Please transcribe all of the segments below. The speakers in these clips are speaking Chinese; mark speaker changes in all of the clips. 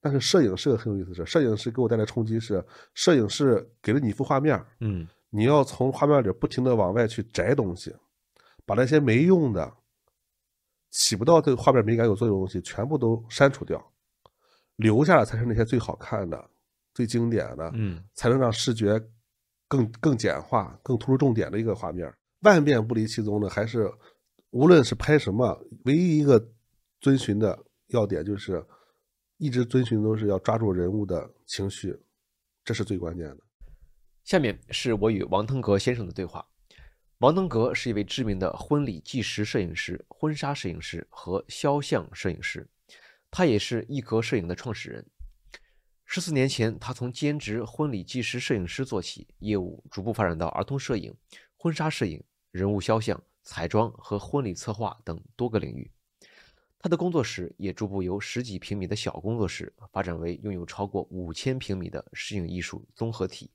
Speaker 1: 但是摄影是个很有意思的事，摄影是给我带来冲击是，摄影是给了你一幅画面儿，
Speaker 2: 嗯
Speaker 1: 你要从画面里不停的往外去摘东西，把那些没用的、起不到对画面美感有作用的东西全部都删除掉，留下的才是那些最好看的、最经典的，
Speaker 2: 嗯
Speaker 1: 才能让视觉更更简化、更突出重点的一个画面。万变不离其宗的还是，无论是拍什么，唯一一个遵循的要点就是，一直遵循都是要抓住人物的情绪，这是最关键的。
Speaker 2: 下面是我与王腾格先生的对话。王腾格是一位知名的婚礼纪实摄影师、婚纱摄影师和肖像摄影师，他也是一格摄影的创始人。十四年前，他从兼职婚礼纪实摄影师做起，业务逐步发展到儿童摄影、婚纱摄影、人物肖像、彩妆和婚礼策划等多个领域。他的工作室也逐步由十几平米的小工作室发展为拥有超过五千平米的摄影艺术综合体。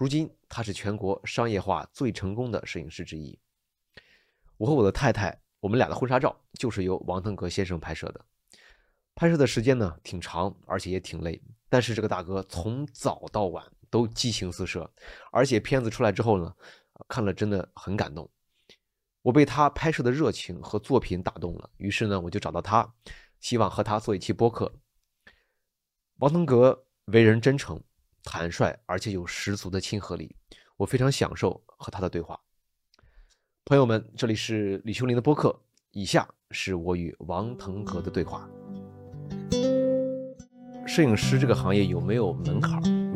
Speaker 2: 如今，他是全国商业化最成功的摄影师之一。我和我的太太，我们俩的婚纱照就是由王腾格先生拍摄的。拍摄的时间呢挺长，而且也挺累，但是这个大哥从早到晚都激情四射，而且片子出来之后呢，看了真的很感动。我被他拍摄的热情和作品打动了，于是呢，我就找到他，希望和他做一期播客。王腾格为人真诚、坦率，而且有十足的亲和力，我非常享受和他的对话。朋友们，这里是李修林的播客，以下是我与王腾格的对话。摄影师这个行业有没有门槛儿？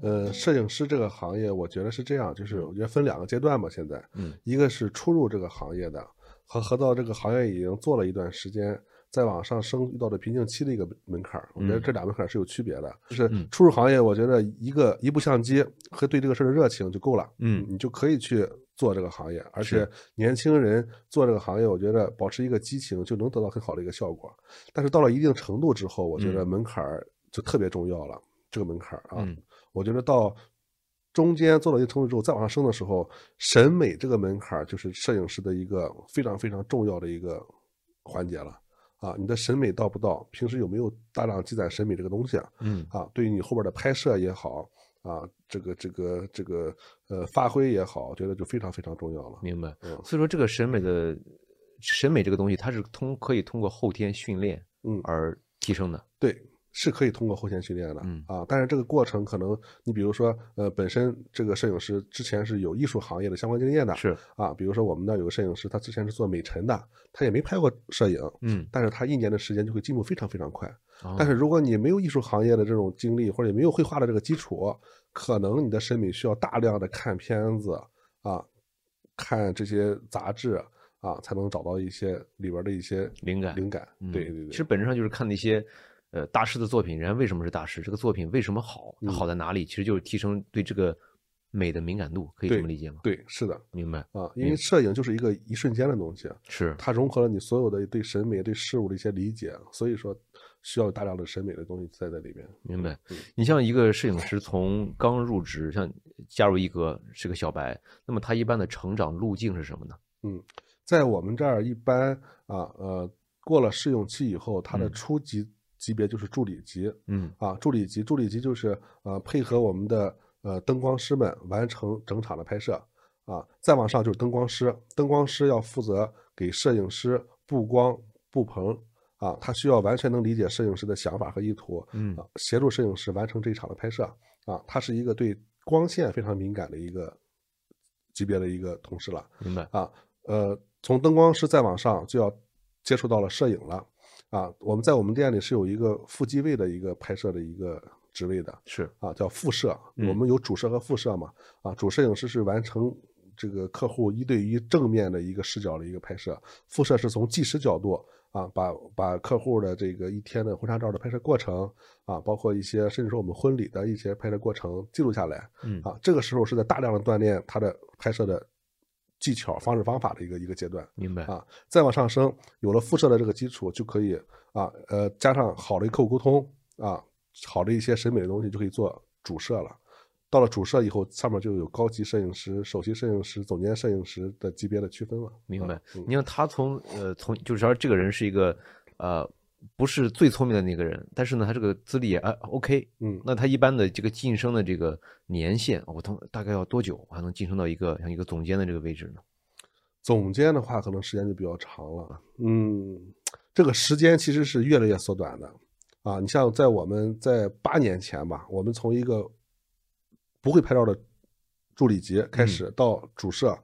Speaker 1: 呃，摄影师这个行业，我觉得是这样，就是我觉得分两个阶段吧。现在，
Speaker 2: 嗯，
Speaker 1: 一个是初入这个行业的，和和到这个行业已经做了一段时间，再往上升遇到的瓶颈期的一个门槛儿。我觉得
Speaker 2: 嗯
Speaker 1: 这俩门槛儿是有区别的。就是
Speaker 2: 嗯
Speaker 1: 初入行业，我觉得一个一部相机和对这个事儿的热情就够了，
Speaker 2: 嗯
Speaker 1: 你就可以去做这个行业。而
Speaker 2: 是
Speaker 1: 且年轻人做这个行业，我觉得保持一个激情就能得到很好的一个效果。但是到了一定程度之后，我觉得
Speaker 2: 嗯
Speaker 1: 门槛儿就特别重要了。这个门槛儿啊，
Speaker 2: 嗯
Speaker 1: 我觉得到中间做到一定程度之后，再往上升的时候，审美这个门槛儿就是摄影师的一个非常非常重要的一个环节了啊！你的审美到不到，平时有没有大量积攒审美这个东西啊？
Speaker 2: 嗯
Speaker 1: 啊，对于你后边的拍摄也好啊，这个这个这个呃发挥也好，我觉得就非常非常重要了。
Speaker 2: 明白
Speaker 1: 嗯。
Speaker 2: 所以说，这个审美的审美这个东西，它是通可以通过后天训练
Speaker 1: 嗯，
Speaker 2: 而提升的。
Speaker 1: 对，是可以通过后天训练的，
Speaker 2: 嗯
Speaker 1: 啊，但是这个过程可能你比如说呃，本身这个摄影师之前是有艺术行业的相关经验的，
Speaker 2: 是，
Speaker 1: 啊，比如说我们那儿有个摄影师，他之前是做美陈的，他也没拍过摄影，
Speaker 2: 嗯，哦
Speaker 1: 但是他一年的时间就会进步非常非常快。但是
Speaker 2: 是
Speaker 1: 如果你没有艺术行业的这种经历，或者也没有绘画的这个基础，可能你的审美需要大量的看片子啊，看这些杂志啊，才能找到一些里边的一些
Speaker 2: 灵感
Speaker 1: 灵感。对对对，
Speaker 2: 嗯其实本质上就是看那些呃大师的作品，人家为什么是大师，这个作品为什么好，它
Speaker 1: 嗯
Speaker 2: 好在哪里，其实就是提升对这个美的敏感度，可以这
Speaker 1: 对
Speaker 2: 么理解吗？
Speaker 1: 对是的
Speaker 2: 明白，
Speaker 1: 啊，因为摄影就是一个一瞬间的东西，
Speaker 2: 是
Speaker 1: 它融合了你所有的对审美、对事物的一些理解，所以说需要有大量的审美的东西在在里面。
Speaker 2: 明白
Speaker 1: 嗯。
Speaker 2: 你像一个摄影师，从刚入职，像加入一格是个小白，那么他一般的成长路径是什么呢？
Speaker 1: 在我们这儿一般啊，呃，过了试用期以后，它的
Speaker 2: 嗯
Speaker 1: 初级级别就是助理级
Speaker 2: 嗯
Speaker 1: 啊，助理级，助理级就是呃，配合我们的呃灯光师们完成整场的拍摄啊。再往上就是灯光师，灯光师要负责给摄影师布光、布棚啊，他需要完全能理解摄影师的想法和意图，
Speaker 2: 嗯
Speaker 1: 啊，协助摄影师完成这一场的拍摄啊。他是一个对光线非常敏感的一个级别的一个同事了。
Speaker 2: 明白。
Speaker 1: 啊，呃，从灯光师再往上就要接触到了摄影了啊。我们在我们店里是有一个副机位的一个拍摄的一个职位的
Speaker 2: 是，
Speaker 1: 啊，叫副摄。
Speaker 2: 嗯
Speaker 1: 我们有主摄和副摄嘛啊，主摄影师是完成这个客户一对一正面的一个视角的一个拍摄，副摄是从纪实角度。啊，把把客户的这个一天的婚纱照的拍摄过程啊，包括一些甚至说我们婚礼的一些拍摄过程记录下来，
Speaker 2: 嗯
Speaker 1: 啊，这个时候是在大量的锻炼他的拍摄的技巧、方式、方法的一个一个阶段。
Speaker 2: 明白。
Speaker 1: 啊，再往上升，有了辐射的这个基础，就可以啊，呃，加上好的客户沟通啊，好的一些审美的东西，就可以做主摄了。到了主摄以后，上面就有高级摄影师、首席摄影师、总监摄影师的级别的区分了。
Speaker 2: 明白
Speaker 1: 啊。嗯
Speaker 2: 你像他从呃从就是说这个人是一个呃不是最聪明的那个人，但是呢，他这个资历也啊 OK，
Speaker 1: 嗯
Speaker 2: 那他一般的这个晋升的这个年限，我通大概要多久还能晋升到一个像一个总监的这个位置呢？
Speaker 1: 总监的话，可能时间就比较长了。嗯，这个时间其实是越来越缩短的啊。你像在我们在八年前吧，我们从一个不会拍照的助理级开始到主摄，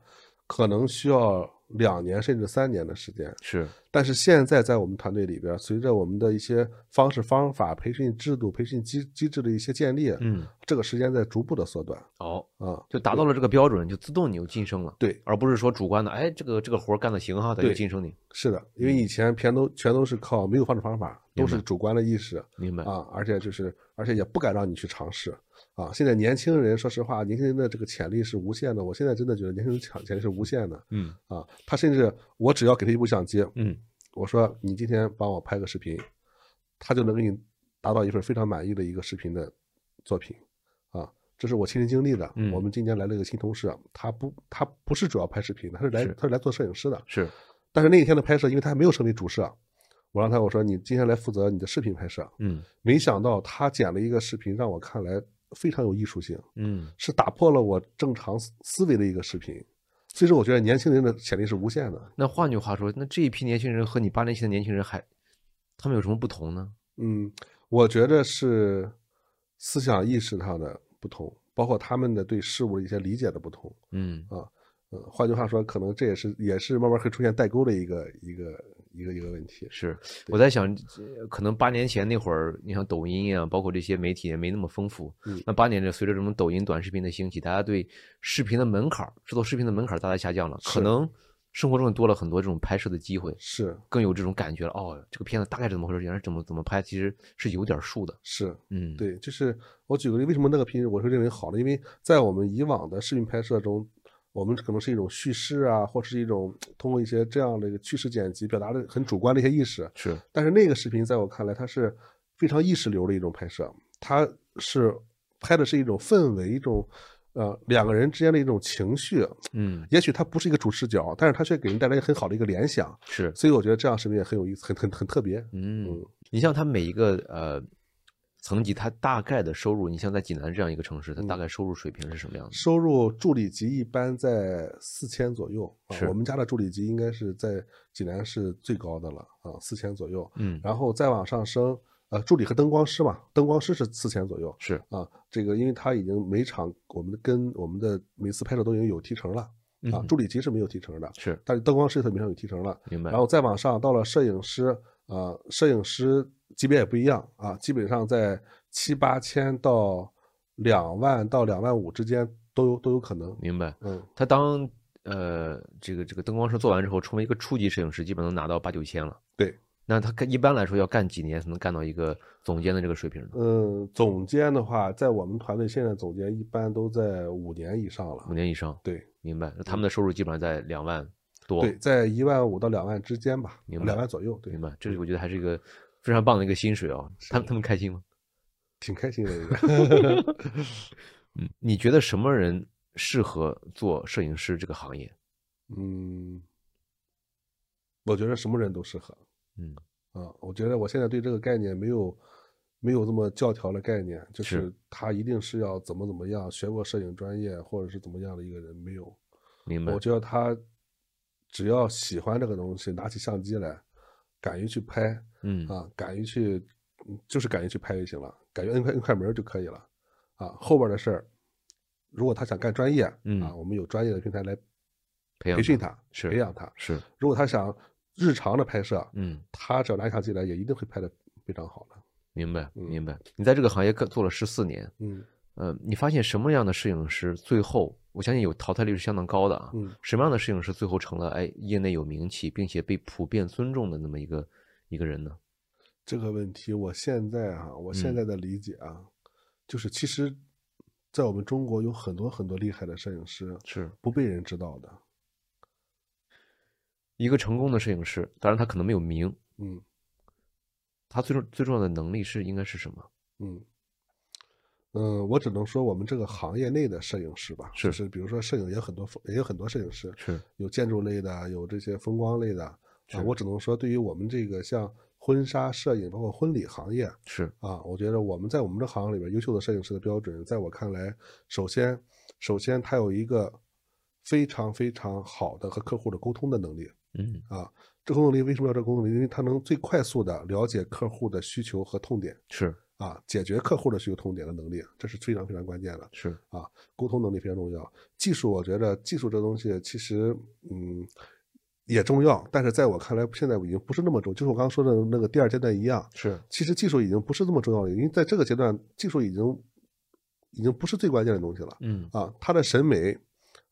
Speaker 1: 可能需要两年甚至三年的时间。
Speaker 2: 是，
Speaker 1: 但是现在在我们团队里边，随着我们的一些方式方法、培训制度、培训机机制的一些建立，
Speaker 2: 嗯，
Speaker 1: 这个时间在逐步的缩短
Speaker 2: 哦，
Speaker 1: 啊。
Speaker 2: 就达到了这个标准，就自动你就晋升了，
Speaker 1: 对，
Speaker 2: 而不是说主观的，哎，这个这个活儿干的行哈，他就
Speaker 1: 对
Speaker 2: 晋升你，
Speaker 1: 是的，因为以前全都全都是靠没有方式方法，
Speaker 2: 嗯明
Speaker 1: 都
Speaker 2: 白
Speaker 1: 是主观的意识
Speaker 2: 明白？
Speaker 1: 啊，而且就是而且也不敢让你去尝试啊。现在年轻人，说实话，年轻人的这个潜力是无限的。我现在真的觉得年轻人潜潜力是无限的
Speaker 2: 嗯
Speaker 1: 啊。他甚至我只要给他一部相机，
Speaker 2: 嗯，
Speaker 1: 我说你今天帮我拍个视频，他就能给你达到一份非常满意的一个视频的作品啊。这是我亲身经历的。
Speaker 2: 嗯
Speaker 1: 我们今年来了一个新同事，他不他不是主要拍视频的，他是来
Speaker 2: 是
Speaker 1: 他是来做摄影师的。
Speaker 2: 是，
Speaker 1: 但是那一天的拍摄，因为他还没有成为主摄，我让他我说你今天来负责你的视频拍摄。
Speaker 2: 嗯
Speaker 1: 没想到他剪了一个视频，让我看来非常有艺术性，
Speaker 2: 嗯，
Speaker 1: 是打破了我正常思思维的一个视频。所以说，我觉得年轻人的潜力是无限的。
Speaker 2: 那换句话说，那这一批年轻人和你八年前的年轻人还，他们有什么不同呢？
Speaker 1: 嗯，我觉得是思想意识上的不同，包括他们的对事物的一些理解的不同。
Speaker 2: 嗯，
Speaker 1: 呃，换句话说，可能这也是也是慢慢会出现代沟的一个一个一个一个问题。
Speaker 2: 是，我在想，呃可能八年前那会儿，你像抖音啊，包括这些媒体也没那么丰富。
Speaker 1: 嗯
Speaker 2: 那八年这随着这种抖音短视频的兴起，大家对视频的门槛儿，制作视频的门槛儿大大下降了，可
Speaker 1: 是
Speaker 2: 能生活中也多了很多这种拍摄的机会，
Speaker 1: 是
Speaker 2: 更有这种感觉了。哦，这个片子大概是怎么回事？原来是怎么怎么拍，其实是有点数的。
Speaker 1: 是，
Speaker 2: 嗯，，
Speaker 1: 对，就是我举个例，为什么那个频我会认为好呢？因为在我们以往的视频拍摄中，我们可能是一种叙事啊，或是一种通过一些这样的一个叙事剪辑表达的很主观的一些意识。
Speaker 2: 是，
Speaker 1: 但是那个视频在我看来，它是非常意识流的一种拍摄，它是拍的是一种氛围，一种呃两个人之间的一种情绪。
Speaker 2: 嗯，
Speaker 1: 也许它不是一个主视角，但是它却给人带来很好的一个联想。
Speaker 2: 是，
Speaker 1: 所以我觉得这样视频也很有意思，很很很特别。
Speaker 2: 嗯，你像他每一个呃层级，他大概的收入，你像在济南这样一个城市，他
Speaker 1: 嗯
Speaker 2: 大概收入水平是什么样的？
Speaker 1: 收入助理级一般在四千左右啊
Speaker 2: 是，
Speaker 1: 我们家的助理级应该是在济南是最高的了啊，四千左右。
Speaker 2: 嗯，
Speaker 1: 然后再往上升，呃，助理和灯光师嘛，灯光师是四千左右
Speaker 2: 是，
Speaker 1: 啊。这个因为他已经每场我们跟我们的每次拍摄都已经有提成了啊，
Speaker 2: 嗯
Speaker 1: 助理级是没有提成的，
Speaker 2: 是，
Speaker 1: 但是灯光师他每场有提成了。
Speaker 2: 明白
Speaker 1: 然。后再往上到了摄影师，呃，摄影师级别也不一样啊，基本上在七八千到两万到两万五之间都有都有可能。
Speaker 2: 明白。
Speaker 1: 嗯，
Speaker 2: 他当呃这个这个灯光师做完之后，成为一个初级摄影师，基本能拿到八九千了。
Speaker 1: 对。
Speaker 2: 那他干一般来说要干几年才能干到一个总监的这个水平呢？
Speaker 1: 嗯，总监的话，在我们团队现在总监一般都在五年以上
Speaker 2: 五
Speaker 1: 了。
Speaker 2: 年以上，
Speaker 1: 对
Speaker 2: 明白？那他们的收入基本上在两万多，
Speaker 1: 对，在一万五到两万之间吧，
Speaker 2: 明白
Speaker 1: 两万左右，对
Speaker 2: 明，白？这是我觉得还是一个非常棒的一个薪水啊、他们他们开心吗？
Speaker 1: 挺开心的 一个。
Speaker 2: 嗯，你觉得什么人适合做摄影师这个行业？
Speaker 1: 嗯，我觉得什么人都适合。
Speaker 2: 嗯
Speaker 1: 啊，我觉得我现在对这个概念没有没有这么教条的概念，就是是他一定是要怎么怎么样，学过摄影专业或者是怎么样的一个人没有。
Speaker 2: 明白
Speaker 1: 我。觉得他只要喜欢这个东西，拿起相机来，敢于去拍
Speaker 2: 嗯，
Speaker 1: 啊，敢于去，嗯就是敢于去拍就行了，敢于摁快摁快门就可以了啊。后边的事儿，如果他想干专业，
Speaker 2: 嗯
Speaker 1: 啊，我们有专业的平台来
Speaker 2: 培养
Speaker 1: 培训
Speaker 2: 他
Speaker 1: 他，
Speaker 2: 是
Speaker 1: 培养他。
Speaker 2: 是，
Speaker 1: 如果他想日常的拍摄，
Speaker 2: 嗯，
Speaker 1: 他只要拿相机来，也一定会拍的非常好的。
Speaker 2: 明白
Speaker 1: 嗯
Speaker 2: 明白。你在这个行业干做了十四年，
Speaker 1: 嗯
Speaker 2: 呃，你发现什么样的摄影师最后，我相信有淘汰率是相当高的啊。
Speaker 1: 嗯
Speaker 2: 什么样的摄影师最后成了哎业内有名气，并且被普遍尊重的那么一个一个人呢？，
Speaker 1: 这个问题我现在啊，我现
Speaker 2: 嗯
Speaker 1: 在的理解啊，就是其实，在我们中国有很多很多厉害的摄影师
Speaker 2: 是
Speaker 1: 不被人知道的。
Speaker 2: 一个成功的摄影师，当然他可能没有名，
Speaker 1: 嗯
Speaker 2: 他最重最重要的能力是应该是什么？
Speaker 1: 嗯嗯，我只能说我们这个行业内的摄影师吧，
Speaker 2: 是
Speaker 1: 就是比如说摄影也有很多，也有很多摄影师，
Speaker 2: 是
Speaker 1: 有建筑类的，有这些风光类的。
Speaker 2: 是
Speaker 1: 啊，我只能说，对于我们这个像婚纱摄影，包括婚礼行业
Speaker 2: 是
Speaker 1: 啊，我觉得我们在我们这行里边，优秀的摄影师的标准，在我看来，首先，首先他有一个非常非常好的和客户的沟通的能力
Speaker 2: 嗯
Speaker 1: 啊。这沟通能力为什么要这沟通能力？因为他能最快速的了解客户的需求和痛点
Speaker 2: 是
Speaker 1: 啊，解决客户的需求痛点的能力，这是非常非常关键的。
Speaker 2: 是
Speaker 1: 啊，沟通能力非常重要。技术，我觉得技术这东西其实，嗯，也重要，但是在我看来，现在已经不是那么重，就是我刚刚说的那个第二阶段一样，
Speaker 2: 是
Speaker 1: 其实技术已经不是那么重要了，因为在这个阶段，技术已经已经不是最关键的东西了
Speaker 2: 嗯
Speaker 1: 啊。他的审美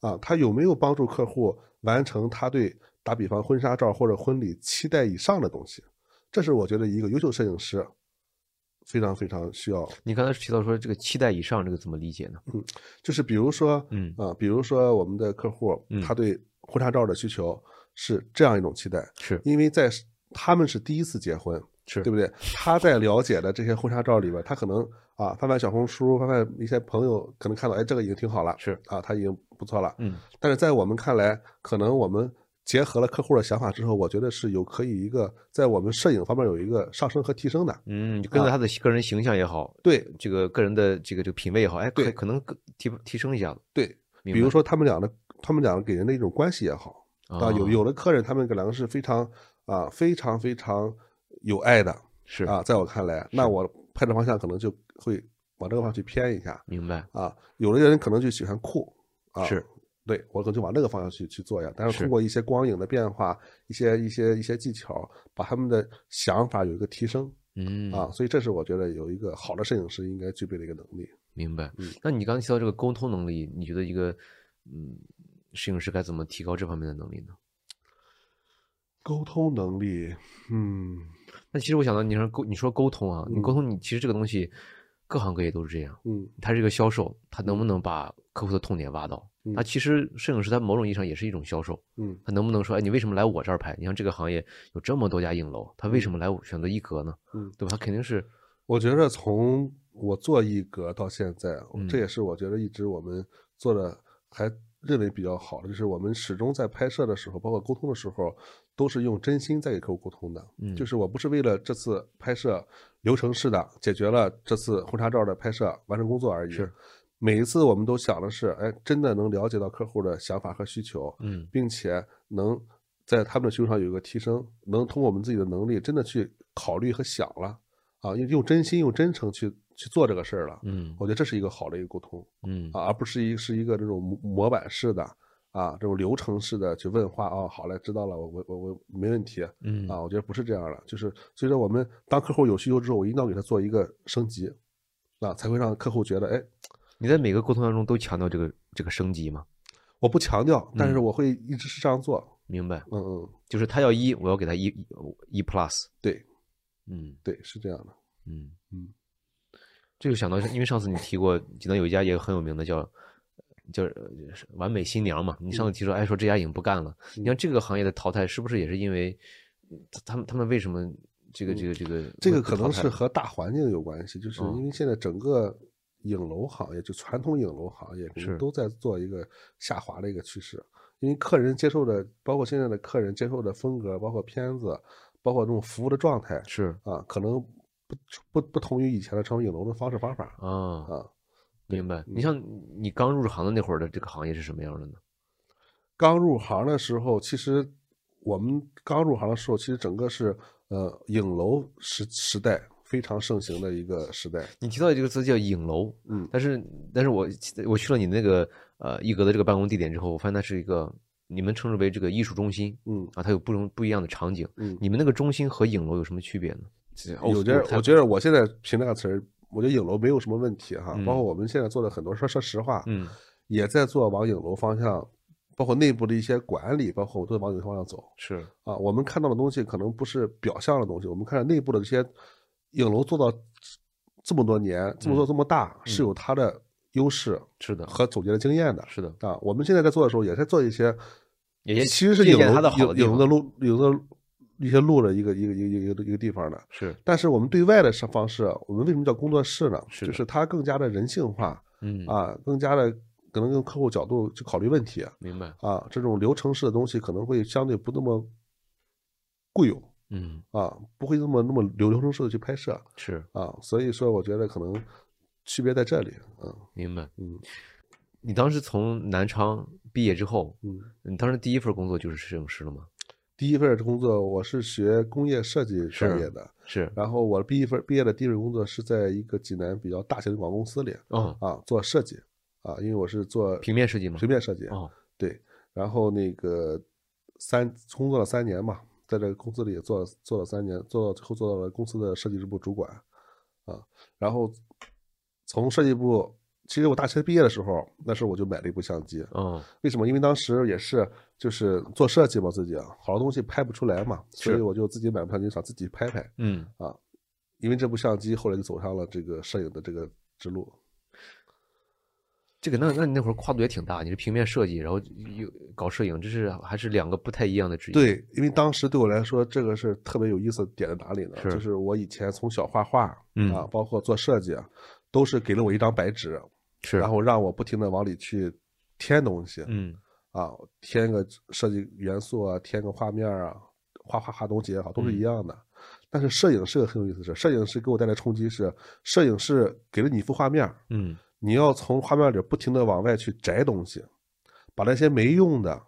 Speaker 1: 啊，他有没有帮助客户完成他对打比方婚纱照或者婚礼期待以上的东西？这是我觉得一个优秀摄影师非常非常需要
Speaker 2: 你刚才提到说这个期待以上这个怎么理解呢？
Speaker 1: 就是比如说，
Speaker 2: 嗯
Speaker 1: 啊，比如说我们的客户
Speaker 2: 嗯，
Speaker 1: 他对婚纱照的需求是这样一种期待，
Speaker 2: 是
Speaker 1: 因为在他们是第一次结婚，
Speaker 2: 是
Speaker 1: 对不对？他在了解的这些婚纱照里边，他可能啊翻翻小红书，翻翻一些朋友，可能看到，哎，这个已经挺好了，
Speaker 2: 是
Speaker 1: 啊，他已经不错了。
Speaker 2: 嗯
Speaker 1: 但是在我们看来，可能我们结合了客户的想法之后，我觉得是有可以一个在我们摄影方面有一个上升和提升的。
Speaker 2: 嗯，就跟着他的个人形象也好，
Speaker 1: 对
Speaker 2: 这个个人的这个这个品味也好，哎，可
Speaker 1: 对
Speaker 2: 可能更提提升一下子。
Speaker 1: 对，
Speaker 2: 比
Speaker 1: 比如说他们俩的，他们俩给人的一种关系也好。啊，有有的客人他们可能是非常啊非常非常有爱的
Speaker 2: 是
Speaker 1: 啊，在我看来，那我拍的方向可能就会往这个方向去偏一下
Speaker 2: 明白
Speaker 1: 啊。有的人可能就喜欢酷啊，
Speaker 2: 是
Speaker 1: 对我可能就往那个方向去去做呀。但是
Speaker 2: 是
Speaker 1: 通过一些光影的变化，一些一些一些技巧，把他们的想法有一个提升
Speaker 2: 嗯
Speaker 1: 啊，所以这是我觉得有一个好的摄影师应该具备的一个能力。
Speaker 2: 明白
Speaker 1: 嗯。
Speaker 2: 那你刚才提到这个沟通能力，你觉得一个嗯摄影师该怎么提高这方面的能力呢？
Speaker 1: 沟通能力，嗯
Speaker 2: 那其实我想到你说沟，你说沟通啊，你
Speaker 1: 嗯
Speaker 2: 沟通，你其实这个东西，各行各业都是这样。
Speaker 1: 嗯
Speaker 2: 他这个销售，他能不能把客户的痛点挖到？
Speaker 1: 嗯
Speaker 2: 那其实摄影师他某种意义上也是一种销售，
Speaker 1: 嗯
Speaker 2: 他能不能说，哎，你为什么来我这儿拍？你像这个行业有这么多家影楼，他为什么来我选择一格呢？
Speaker 1: 嗯。
Speaker 2: 对吧？他肯定是
Speaker 1: 我觉得从我做一格到现在，
Speaker 2: 嗯
Speaker 1: 这也是我觉得一直我们做的还认为比较好的，就是我们始终在拍摄的时候，包括沟通的时候，都是用真心在给客户沟通的。
Speaker 2: 嗯
Speaker 1: 就是我不是为了这次拍摄流程式的解决了这次婚纱照的拍摄完成工作而已。
Speaker 2: 是
Speaker 1: 每一次我们都想的是，哎，真的能了解到客户的想法和需求，
Speaker 2: 嗯
Speaker 1: 并且能在他们的需求上有一个提升，能通过我们自己的能力真的去考虑和想了啊，用用真心、用真诚去去做这个事儿了。
Speaker 2: 嗯
Speaker 1: 我觉得这是一个好的一个沟通
Speaker 2: 嗯
Speaker 1: 啊，而不是一是一个这种模模板式的啊，这种流程式的去问话啊。好嘞，知道了，我我我我没问题啊。
Speaker 2: 嗯
Speaker 1: 我觉得不是这样的，就是所以说我们当客户有需求之后，我一定要给他做一个升级啊，才会让客户觉得哎，
Speaker 2: 你在每个沟通当中都强调这个这个升级吗？
Speaker 1: 我不强调，但是
Speaker 2: 嗯
Speaker 1: 我会一直是这样做。
Speaker 2: 明白，
Speaker 1: 嗯嗯，
Speaker 2: 就是他要一，我要给他一一 plus，
Speaker 1: 对
Speaker 2: 嗯
Speaker 1: 对，是这样的。
Speaker 2: 嗯
Speaker 1: 嗯，
Speaker 2: 这就想到，因为上次你提过，济南有一家也很有名的叫叫呃完美新娘嘛，你上次提说，哎，说这家已经不干了，
Speaker 1: 嗯
Speaker 2: 你看这个行业的淘汰是不是也是因为他他们他们为什么这个这个这个
Speaker 1: 嗯这
Speaker 2: 会
Speaker 1: 个
Speaker 2: 被
Speaker 1: 可
Speaker 2: 淘
Speaker 1: 能
Speaker 2: 汰
Speaker 1: 是和大环境有关系，就是
Speaker 2: 嗯
Speaker 1: 因为现在整个影楼行业，就传统影楼行业，可
Speaker 2: 是
Speaker 1: 能都在做一个下滑的一个趋势。因为客人接受的，包括现在的客人接受的风格，包括片子，包括这种服务的状态
Speaker 2: 是
Speaker 1: 啊，可能不不不同于以前的传统影楼的方式方法
Speaker 2: 啊，
Speaker 1: 啊。嗯
Speaker 2: 明白。你像你刚入行的那会儿的这个行业是什么样的呢？
Speaker 1: 刚入行的时候，其实我们刚入行的时候，其实整个是呃影楼时时代非常盛行的一个时代。
Speaker 2: 你提到这个词叫影楼，
Speaker 1: 嗯
Speaker 2: 但是但是我我去了你那个呃一格的这个办公地点之后，我发现它是一个你们称之为这个艺术中心
Speaker 1: 嗯
Speaker 2: 啊，它有不同不一样的场景。
Speaker 1: 嗯，
Speaker 2: 你们那个中心和影楼有什么区别呢？哦
Speaker 1: 有觉哦得，我觉得我现在评那个词儿，我觉得影楼没有什么问题哈。
Speaker 2: 嗯
Speaker 1: 包括我们现在做的很多，说说实话，
Speaker 2: 嗯
Speaker 1: 也在做往影楼方向，包括内部的一些管理，包括我都在往影楼方向走
Speaker 2: 是
Speaker 1: 啊。我们看到的东西可能不是表象的东西，我们看到内部的这些影楼做到这么多年，这么做这么大，是有它的优势
Speaker 2: 是嗯的
Speaker 1: 和总结的经验的。
Speaker 2: 是的，
Speaker 1: 啊，我们现在在做的时候，也在做一些，
Speaker 2: 也也
Speaker 1: 其实是
Speaker 2: 借
Speaker 1: 影
Speaker 2: 鉴
Speaker 1: 楼
Speaker 2: 它的好的
Speaker 1: 影
Speaker 2: 地
Speaker 1: 影楼的
Speaker 2: 方
Speaker 1: 路，影楼的一些路的一个一个一个一个一个地方的。
Speaker 2: 是
Speaker 1: 但是我们对外的是方式，我们为什么叫工作室呢？
Speaker 2: 是的
Speaker 1: 就是它更加的人性化
Speaker 2: 嗯
Speaker 1: 啊，更加的可能跟客户角度去考虑问题啊
Speaker 2: 明白
Speaker 1: 啊，这种流程式的东西可能会相对不那么固有
Speaker 2: 嗯，
Speaker 1: 啊，不会那么那么流流程式的去拍摄
Speaker 2: 是
Speaker 1: 啊，所以说我觉得可能区别在这里，嗯
Speaker 2: 明白。
Speaker 1: 嗯
Speaker 2: 你当时从南昌毕业之后，
Speaker 1: 嗯。
Speaker 2: 你当时第一份工作就是摄影师了吗？
Speaker 1: 第一份工作我是学工业设计专业的，
Speaker 2: 是，
Speaker 1: 然后我毕业份毕业的第一份工作是在一个济南比较大型的广告公司里
Speaker 2: 哦，
Speaker 1: 啊做设计啊，因为我是做
Speaker 2: 平面设计吗？
Speaker 1: 平面设计，
Speaker 2: 哦，
Speaker 1: 对，然后那个三工作了三年嘛，在这个公司里也做了做了三年，做到最后做到了公司的设计部主管，啊，然后从设计部，其实我大学毕业的时候，那时候我就买了一部相机，
Speaker 2: 哦，
Speaker 1: 为什么？因为当时也是就是做设计嘛，自己啊好多东西拍不出来嘛，所以
Speaker 2: 是
Speaker 1: 我就自己买部相机想自己拍拍，
Speaker 2: 嗯，
Speaker 1: 因为这部相机后来就走上了这个摄影的这个之路，
Speaker 2: 这个那那你那会儿跨度也挺大，你是平面设计，然后又搞摄影，这是还是两个不太一样的职业。，
Speaker 1: 对，因为当时对我来说，这个是特别有意思的点在哪里呢？
Speaker 2: 是
Speaker 1: 就是我以前从小画画
Speaker 2: 嗯
Speaker 1: 啊，包括做设计，啊，都是给了我一张白纸，
Speaker 2: 是，
Speaker 1: 然后让我不停的往里去添东西
Speaker 2: 嗯
Speaker 1: 啊，添个设计元素啊，添个画面啊，画画画东西也好，
Speaker 2: 嗯
Speaker 1: 都是一样的。但是摄影是个很有意思的事，摄影是给我带来冲击是，摄影是给了你一幅画面，
Speaker 2: 嗯
Speaker 1: 你要从画面里不停的往外去摘东西，把那些没用的、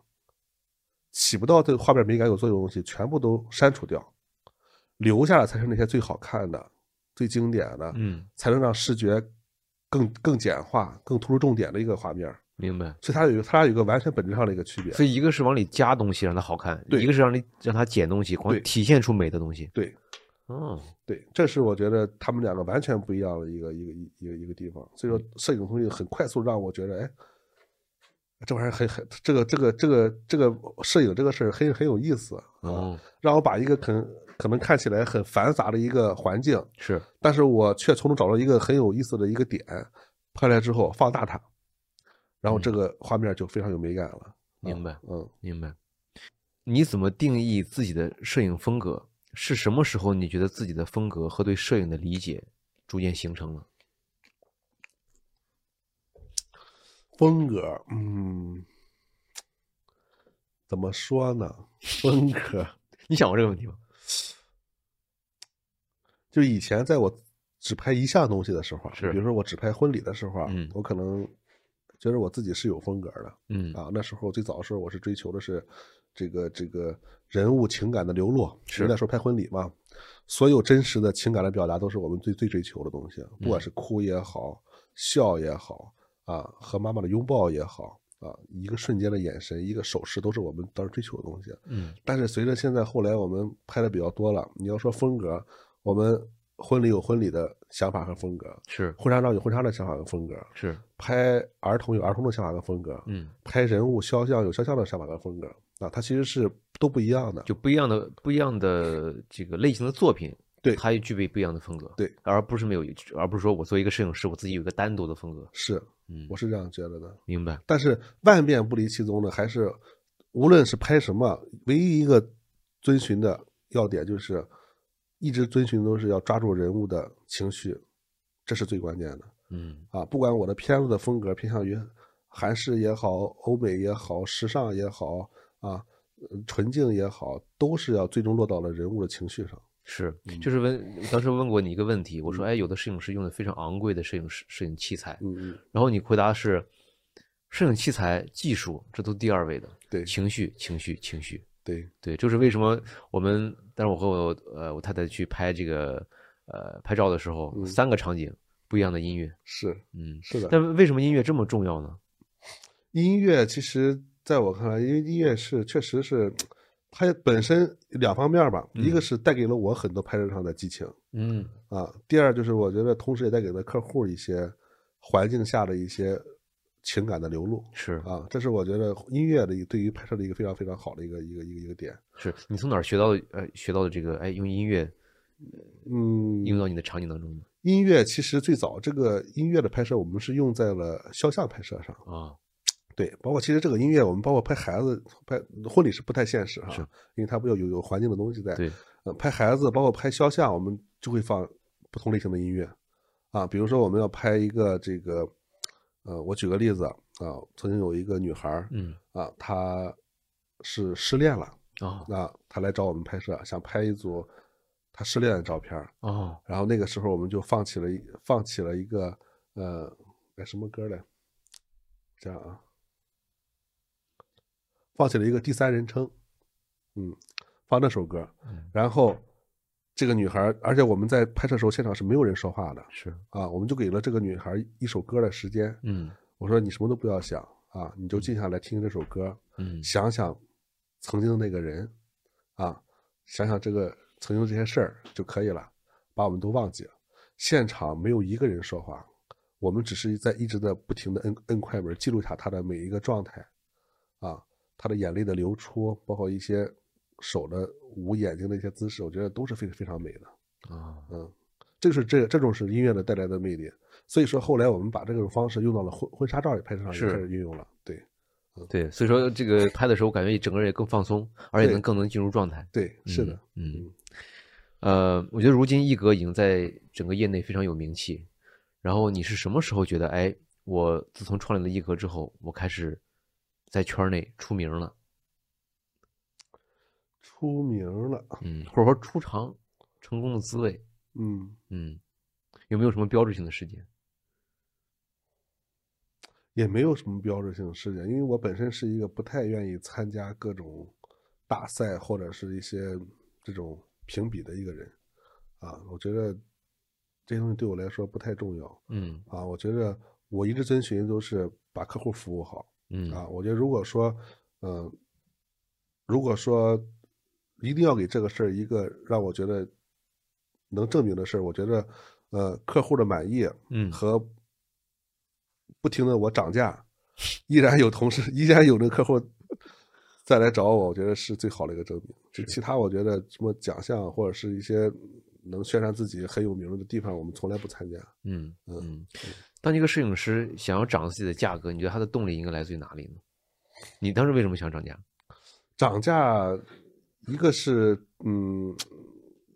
Speaker 1: 起不到对画面美感有作用的东西全部都删除掉，留下来才是那些最好看的、最经典的，
Speaker 2: 嗯，
Speaker 1: 才能让视觉更更简化、更突出重点的一个画面。
Speaker 2: 明白。
Speaker 1: 所以它有一个它俩有一个完全本质上的一个区别。
Speaker 2: 所以一个是往里加东西让它好看，
Speaker 1: 对
Speaker 2: 一个是让你让它减东西，光
Speaker 1: 对
Speaker 2: 体现出美的东西。
Speaker 1: 对
Speaker 2: 哦，
Speaker 1: 对，这是我觉得他们两个完全不一样的一个一个一一个一个地方。所以说，摄影的东西很快速让我觉得，哎，这玩意儿很很这个这个这个这个摄影这个事儿很很有意思啊，
Speaker 2: 哦，
Speaker 1: 让我把一个可能可能看起来很繁杂的一个环境，
Speaker 2: 是，
Speaker 1: 但是我却从中找到一个很有意思的一个点，拍来之后放大它，然后这个画面就非常有美感了。
Speaker 2: 明白
Speaker 1: 嗯。
Speaker 2: 明白。你怎么定义自己的摄影风格？是什么时候你觉得自己的风格和对摄影的理解逐渐形成了？
Speaker 1: 风格，嗯，怎么说呢？风格
Speaker 2: 你想过这个问题吗？
Speaker 1: 就以前在我只拍一项东西的时候啊，
Speaker 2: 是
Speaker 1: 比如说我只拍婚礼的时候啊，
Speaker 2: 嗯
Speaker 1: 我可能觉得我自己是有风格的
Speaker 2: 嗯，
Speaker 1: 啊。那时候最早的时候，我是追求的是这个这个人物情感的流露，
Speaker 2: 是
Speaker 1: 因为那时候拍婚礼嘛，所有真实的情感的表达都是我们最最追求的东西，不
Speaker 2: 嗯
Speaker 1: 管是哭也好，笑也好，啊，和妈妈的拥抱也好。啊，一个瞬间的眼神，一个手势，都是我们当时追求的东西。
Speaker 2: 嗯
Speaker 1: 但是随着现在后来我们拍的比较多了，你要说风格，我们婚礼有婚礼的想法和风格，
Speaker 2: 是
Speaker 1: 婚纱照有婚纱的想法和风格，
Speaker 2: 是，
Speaker 1: 拍儿童有儿童的想法和风格，
Speaker 2: 嗯，
Speaker 1: 拍人物肖像有肖像的想法和风格啊，它其实是都不一样的。
Speaker 2: 就不一样的不一样的这个类型的作品，
Speaker 1: 对
Speaker 2: 它也具备不一样的风格，
Speaker 1: 对，
Speaker 2: 而不是没有，而不是说我作为一个摄影师，我自己有一个单独的风格，
Speaker 1: 是，
Speaker 2: 嗯
Speaker 1: 我，是这样觉得的。
Speaker 2: 明白，
Speaker 1: 但是万变不离其宗的，还是无论是拍什么，唯一一个遵循的要点就是，一直遵循都是要抓住人物的情绪，这是最关键的。
Speaker 2: 嗯
Speaker 1: 啊，不管我的片子的风格偏向于韩式也好、欧美也好、时尚也好啊、呃纯净也好，都是要最终落到了人物的情绪上。
Speaker 2: 是，
Speaker 1: 嗯
Speaker 2: 就是问当时问过你一个问题，我说哎，有的摄影师用的非常昂贵的摄影师摄影器材，
Speaker 1: 嗯嗯，
Speaker 2: 然后你回答是，摄影器材技术这都第二位的，
Speaker 1: 对
Speaker 2: 情绪情绪情绪，
Speaker 1: 对，
Speaker 2: 对，就是为什么我们，但是我和我呃我太太去拍这个呃拍照的时候，
Speaker 1: 嗯
Speaker 2: 三个场景不一样的音乐，
Speaker 1: 是
Speaker 2: 嗯，
Speaker 1: 是的。
Speaker 2: 但为什么音乐这么重要呢？
Speaker 1: 音乐其实在我看来，因为音乐是确实是它本身两方面吧，一个是带给了我很多拍摄上的激情
Speaker 2: 嗯，
Speaker 1: 啊，第二就是我觉得同时也带给了客户一些环境下的一些情感的流露。
Speaker 2: 是
Speaker 1: 啊，这是我觉得音乐的一对于拍摄的一个非常非常好的一个一个一个一个点。
Speaker 2: 是，你从哪儿学到的？呃，学到的这个，哎，用音乐
Speaker 1: 嗯，
Speaker 2: 应用到你的场景当中呢？
Speaker 1: 音乐其实最早这个音乐的拍摄，我们是用在了肖像拍摄上，
Speaker 2: 啊，
Speaker 1: 对，包括其实这个音乐，我们包括拍孩子拍婚礼是不太现实啊，
Speaker 2: 是
Speaker 1: 因为它不要有有环境的东西在。
Speaker 2: 对，
Speaker 1: 呃，拍孩子包括拍肖像，我们就会放不同类型的音乐啊，比如说我们要拍一个这个，呃，我举个啊例子啊，曾经有一个女孩儿
Speaker 2: 嗯
Speaker 1: 啊，她是失恋了。
Speaker 2: 哦
Speaker 1: 那他来找我们拍摄，想拍一组他失恋的照片儿。
Speaker 2: 哦，
Speaker 1: 然后那个时候我们就放弃了一，放弃了一个呃，哎什么歌来？这样啊，放弃了一个第三人称，嗯，放那首歌
Speaker 2: 嗯，
Speaker 1: 然后这个女孩儿，而且我们在拍摄时候现场是没有人说话的
Speaker 2: 是，
Speaker 1: 啊，我们就给了这个女孩儿一首歌的时间。
Speaker 2: 嗯
Speaker 1: 我说你什么都不要想啊，你就静下来听这首歌，
Speaker 2: 嗯
Speaker 1: 想想曾经的那个人，啊，想想这个曾经这些事儿就可以了，把我们都忘记了。现场没有一个人说话，我们只是在一直的不停的摁摁快门，记录下他的每一个状态，啊，他的眼泪的流出，包括一些手的捂眼睛的一些姿势，我觉得都是非非常美的。
Speaker 2: 啊，
Speaker 1: 嗯，这是这这种是音乐的带来的魅力。所以说，后来我们把这种方式用到了婚婚纱照里拍摄上，也
Speaker 2: 是
Speaker 1: 开始运用了。对
Speaker 2: 对，所以说这个拍的时候，感觉整个人也更放松，而且
Speaker 1: 对
Speaker 2: 能更能进入状态。
Speaker 1: 对，是的。
Speaker 2: 嗯，
Speaker 1: 嗯
Speaker 2: 嗯，呃，我觉得如今一格已经在整个业内非常有名气。然后你是什么时候觉得，哎，我自从创立了一格之后，我开始在圈儿内出名了，
Speaker 1: 出名了，
Speaker 2: 嗯，或者说出尝成功的滋味，
Speaker 1: 嗯，
Speaker 2: 嗯，有没有什么标志性的事件？
Speaker 1: 也没有什么标志性事件，因为我本身是一个不太愿意参加各种大赛或者是一些这种评比的一个人，啊，我觉得这些东西对我来说不太重要
Speaker 2: 嗯
Speaker 1: 啊，我觉得我一直遵循都是把客户服务好
Speaker 2: 嗯
Speaker 1: 啊，我觉得如果说，嗯、如果说一定要给这个事儿一个让我觉得能证明的事儿，我觉得，呃，客户的满意，
Speaker 2: 嗯
Speaker 1: 和不停的我涨价，依然有同事，依然有那个客户再来找我，我觉得是最好的一个证明。就是其他我觉得什么奖项或者是一些能宣传自己很有名的地方，我们从来不参加。
Speaker 2: 嗯
Speaker 1: 嗯
Speaker 2: 嗯。当一个摄影师想要涨自己的价格，你觉得他的动力应该来自于哪里呢？你当时为什么想 涨价？
Speaker 1: 涨价，一个是嗯，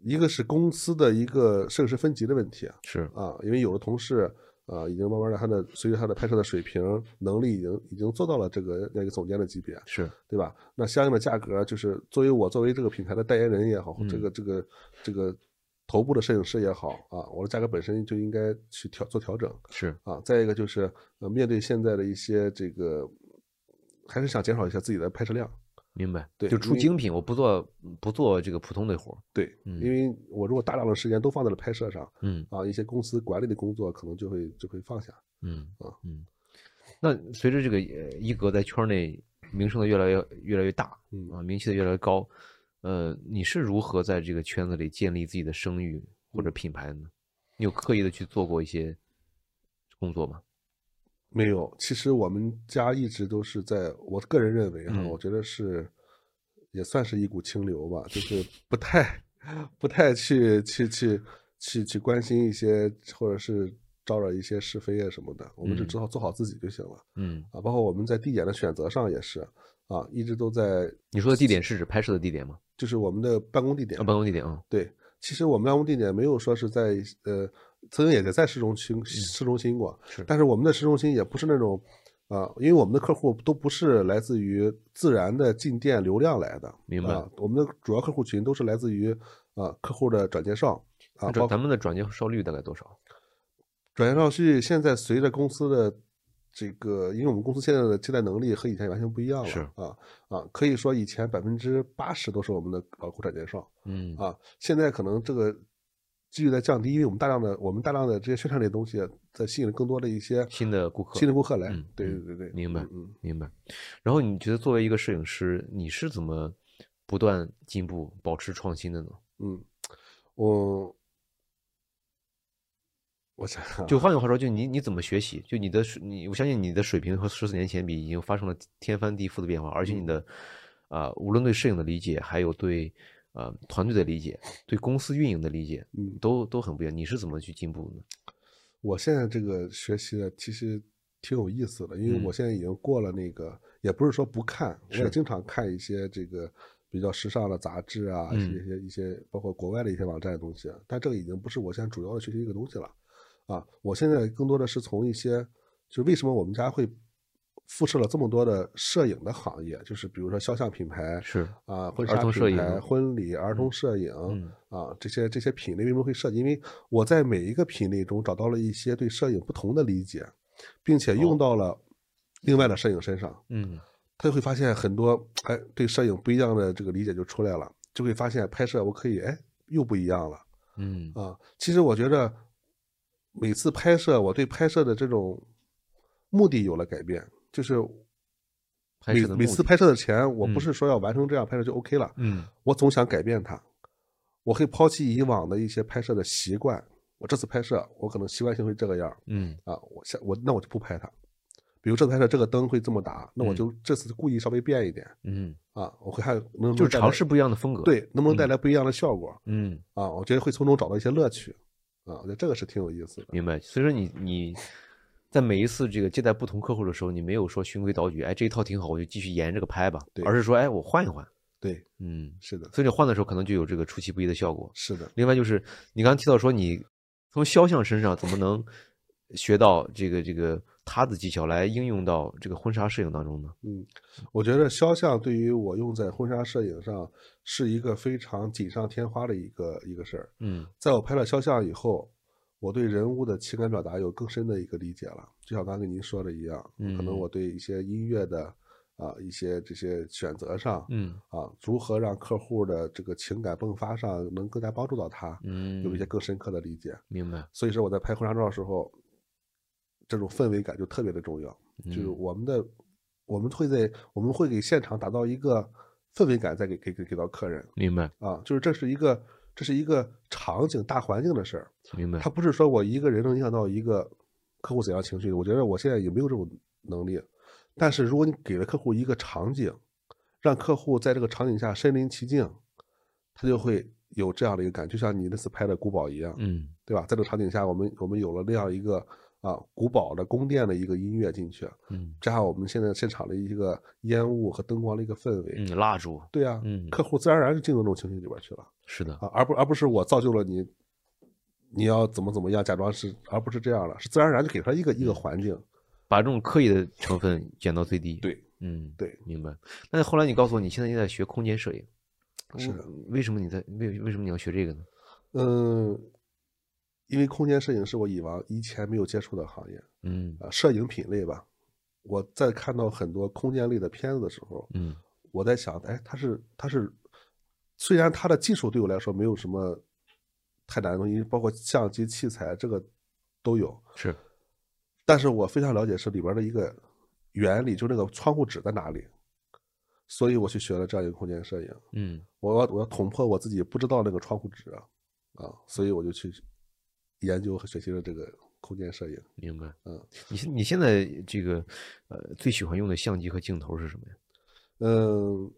Speaker 1: 一个是公司的一个摄影师分级的问题啊，
Speaker 2: 是
Speaker 1: 啊，因为有的同事啊，已经慢慢的他的随着他的拍摄的水平能力，已经已经做到了这个那个总监的级别，
Speaker 2: 是，
Speaker 1: 对吧？那相应的价格就是作为我作为这个品牌的代言人也好，这
Speaker 2: 嗯
Speaker 1: 个这个这个头部的摄影师也好啊，我的价格本身就应该去调做调整
Speaker 2: 是，
Speaker 1: 啊。再一个就是呃，面对现在的一些这个，还是想减少一下自己的拍摄量，
Speaker 2: 明白。
Speaker 1: 对
Speaker 2: 就
Speaker 1: 因
Speaker 2: 出
Speaker 1: 为
Speaker 2: 精品，我不做不做这个普通的活儿。
Speaker 1: 对，
Speaker 2: 嗯
Speaker 1: 因为我如果大量的时间都放在了拍摄上
Speaker 2: 嗯
Speaker 1: 啊，一些公司管理的工作可能就会就会放下。
Speaker 2: 嗯
Speaker 1: 啊
Speaker 2: 嗯。那随着这个呃一格在圈儿内名声的越来越越来越大
Speaker 1: 嗯
Speaker 2: 啊，名气的越来越高，呃，你是如何在这个圈子里建立自己的声誉或
Speaker 1: 嗯
Speaker 2: 者品牌的呢？你有刻意的去做过一些工作吗？
Speaker 1: 没有，其实我们家一直都是在，我个人认为哈，
Speaker 2: 嗯
Speaker 1: 我觉得是也算是一股清流吧，就是不太不太去去去去去关心一些或者是招惹一些是非啊什么的，我们就
Speaker 2: 嗯
Speaker 1: 只好做好自己就行了、
Speaker 2: 嗯，
Speaker 1: 啊。包括我们在地点的选择上也是啊，一直都在
Speaker 2: 你说的地点是指拍摄的地点吗？
Speaker 1: 就是我们的办公地点
Speaker 2: 啊，办公地点啊。
Speaker 1: 对，其实我们办公地点没有说是在呃，曾经也在在市中
Speaker 2: 嗯
Speaker 1: 心市中心过，
Speaker 2: 是
Speaker 1: 但是我们的市中心也不是那种啊、因为我们的客户都不是来自于自然的进店流量来的，
Speaker 2: 明白
Speaker 1: 啊我们的主要客户群都是来自于啊客户的转介绍啊，
Speaker 2: 那
Speaker 1: 包
Speaker 2: 转
Speaker 1: 括
Speaker 2: 咱们的转介绍率大概多少？
Speaker 1: 转介绍去现在随着公司的。这个，因为我们公司现在的接待能力和以前完全不一样了，
Speaker 2: 是
Speaker 1: 啊啊，可以说以前百分之八十都是我们的老顾转介绍，
Speaker 2: 嗯
Speaker 1: 啊，现在可能这个几率在降低，因为我们大量的我们大量的这些宣传类的东西，啊在吸引更多的一些
Speaker 2: 新的顾客
Speaker 1: 新的顾客来。
Speaker 2: 嗯
Speaker 1: 对
Speaker 2: 嗯
Speaker 1: 对对对，
Speaker 2: 明白
Speaker 1: 嗯，
Speaker 2: 明白。然后你觉得作为一个摄影师，你是怎么不断进步、保持创新的呢？
Speaker 1: 嗯嗯，我我想想啊
Speaker 2: 就换句话说，就你你怎么学习？就你的水你，我相信你的水平和十四年前比已经发生了天翻地覆的变化，而且你的
Speaker 1: 嗯
Speaker 2: 啊、呃无论对摄影的理解，还有对呃团队的理解，对公司运营的理解，
Speaker 1: 嗯，
Speaker 2: 都都很不一样。你是怎么去进步的呢？
Speaker 1: 我现在这个学习的其实挺有意思的，因为
Speaker 2: 嗯
Speaker 1: 我现在已经过了那个，也不是说不看，我也
Speaker 2: 是
Speaker 1: 经常看一些这个。比较时尚的杂志啊，一
Speaker 2: 嗯
Speaker 1: 些一些一些，包括国外的一些网站的东西啊，但这个已经不是我现在主要的学习一个东西了，啊，我现在更多的是从一些，就为什么我们家会辐射了这么多的摄影的行业，就是比如说肖像品牌
Speaker 2: 是
Speaker 1: 啊，婚
Speaker 2: 儿
Speaker 1: 纱
Speaker 2: 童摄
Speaker 1: 品牌、
Speaker 2: 影
Speaker 1: 婚礼、儿童摄影
Speaker 2: 嗯
Speaker 1: 啊，这些这些品类为什么会设计？因为我在每一个品类中找到了一些对摄影不同的理解，并且
Speaker 2: 哦
Speaker 1: 用到了另外的摄影身上。
Speaker 2: 嗯
Speaker 1: 他就会发现很多哎对摄影不一样的这个理解就出来了，就会发现拍摄我可以哎又不一样了
Speaker 2: 嗯
Speaker 1: 啊。其实我觉得每次拍摄，我对拍摄的这种目的有了改变，就是
Speaker 2: 拍
Speaker 1: 每
Speaker 2: 摄的
Speaker 1: 每
Speaker 2: 目
Speaker 1: 次
Speaker 2: 的
Speaker 1: 拍摄的前，我不
Speaker 2: 嗯
Speaker 1: 是说要完成这样拍摄就 OK 了，
Speaker 2: 嗯
Speaker 1: 我总想改变它，我会抛弃以往的一些拍摄的习惯。我这次拍摄，我可能习惯性会这个样儿，
Speaker 2: 嗯
Speaker 1: 啊，我下我那我就不拍它。比如这次拍摄这个灯会这么打，那我就这次故意稍微变一点、
Speaker 2: 嗯，
Speaker 1: 啊，我会还能不能
Speaker 2: 就是
Speaker 1: 带
Speaker 2: 尝
Speaker 1: 来
Speaker 2: 试不一样的风格。，
Speaker 1: 对能不能带来不一样的效果、
Speaker 2: 嗯，
Speaker 1: 啊？我觉得会从中找到一些乐趣啊，我觉得这个是挺有意思的。
Speaker 2: 明白。所以说你你在每一次这个接待不同客户的时候，你没有说循规蹈矩，哎，这一套挺好，我就继续沿这个拍吧，
Speaker 1: 对
Speaker 2: 而是说，哎，我换一换。
Speaker 1: 对，
Speaker 2: 嗯，
Speaker 1: 是的，
Speaker 2: 所以你换的时候可能就有这个出其不意的效果。
Speaker 1: 是的，
Speaker 2: 另外就是你刚刚提到说，你从肖像身上怎么能学到这个这个他的技巧来应用到这个婚纱摄影当中呢？
Speaker 1: 嗯，我觉得肖像对于我用在婚纱摄影上是一个非常锦上添花的一个一个事儿。
Speaker 2: 嗯
Speaker 1: 在我拍了肖像以后，我对人物的情感表达有更深的一个理解了。就像刚才跟您说的一样，可能
Speaker 2: 嗯
Speaker 1: 我对一些音乐的啊、一些这些选择上，
Speaker 2: 嗯
Speaker 1: 啊，如何让客户的这个情感迸发上能更加帮助到他，
Speaker 2: 嗯，
Speaker 1: 有一些更深刻的理解。
Speaker 2: 明白，
Speaker 1: 所以说我在拍婚纱照的时候，这种氛围感就特别的重要。就是
Speaker 2: 嗯
Speaker 1: 我们的，我们会在我们会给现场打造一个氛围感，再给给给给到客人
Speaker 2: 明白
Speaker 1: 啊，就是这是一个这是一个场景大环境的事儿，
Speaker 2: 明白
Speaker 1: 它，不是说我一个人能影响到一个客户怎样情绪的。我觉得我现在也没有这种能力，但是如果你给了客户一个场景，让客户在这个场景下身临其境，他就会有这样的一个感觉，就像你那次拍的古堡一样，
Speaker 2: 嗯
Speaker 1: 对吧？在这个场景下，我们我们有了那样一个啊古堡的宫殿的一个音乐进去，
Speaker 2: 嗯
Speaker 1: 加上我们现在现场的一个烟雾和灯光的一个氛围，
Speaker 2: 嗯，蜡烛
Speaker 1: 对啊，
Speaker 2: 嗯
Speaker 1: 客户自然而然就进入那种情绪里边去了
Speaker 2: 是的，
Speaker 1: 啊，而不而不是我造就了你，你要怎么怎么样，假装是，而不是这样了，是自然而然就给他一个一个环境，
Speaker 2: 把这种刻意的成分减到最低。
Speaker 1: 对，
Speaker 2: 嗯，
Speaker 1: 对，
Speaker 2: 明白。但是后来你告诉我，你现在也在学空间摄影，
Speaker 1: 是
Speaker 2: 我
Speaker 1: 的
Speaker 2: 为什么你在为为什么你要学这个呢？
Speaker 1: 嗯。因为空间摄影是我以往以前没有接触的行业
Speaker 2: 嗯
Speaker 1: 啊，摄影品类吧。我在看到很多空间类的片子的时候，
Speaker 2: 嗯
Speaker 1: 我在想，哎，它是它是，虽然它的技术对我来说没有什么太难的东西，包括相机器材这个都有，
Speaker 2: 是
Speaker 1: 但是我非常了解是里边的一个原理，就那个窗户纸在哪里，所以我去学了这样一个空间摄影。
Speaker 2: 嗯
Speaker 1: 我要我要捅破我自己不知道那个窗户纸啊，啊，所以我就去研究和学习了这个空间摄影。
Speaker 2: 明白。
Speaker 1: 嗯，
Speaker 2: 你现你现在这个呃最喜欢用的相机和镜头是什么呀？
Speaker 1: 嗯，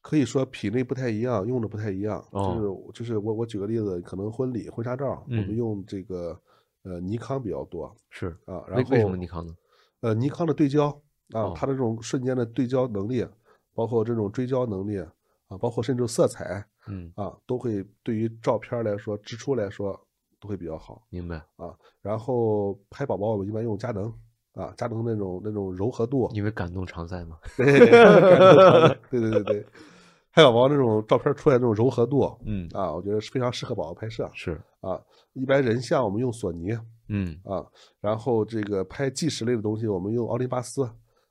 Speaker 1: 可以说品类不太一样，用的不太一样。就
Speaker 2: 哦
Speaker 1: 是就是我我举个例子，可能婚礼婚纱照，我们
Speaker 2: 嗯
Speaker 1: 用这个呃尼康比较多
Speaker 2: 是
Speaker 1: 啊，然
Speaker 2: 为
Speaker 1: 后
Speaker 2: 为什么尼康呢？
Speaker 1: 呃尼康的对焦啊
Speaker 2: 哦，
Speaker 1: 它的这种瞬间的对焦能力，包括这种追焦能力啊，包括甚至色彩
Speaker 2: 嗯，
Speaker 1: 啊，都会对于照片儿来说支出来说都会比较好。
Speaker 2: 明白，
Speaker 1: 然后拍宝宝，我们一般用佳能啊，佳能那种那种柔和度，
Speaker 2: 因为感动常在嘛。
Speaker 1: 对，感动场景对对对对，海宝宝那种照片出来那种柔和度
Speaker 2: 嗯，
Speaker 1: 啊，我觉得是非常适合宝宝拍摄
Speaker 2: 是，
Speaker 1: 啊。一般人像我们用索尼
Speaker 2: 嗯
Speaker 1: 啊，然后这个拍纪实类的东西我们用奥林巴斯。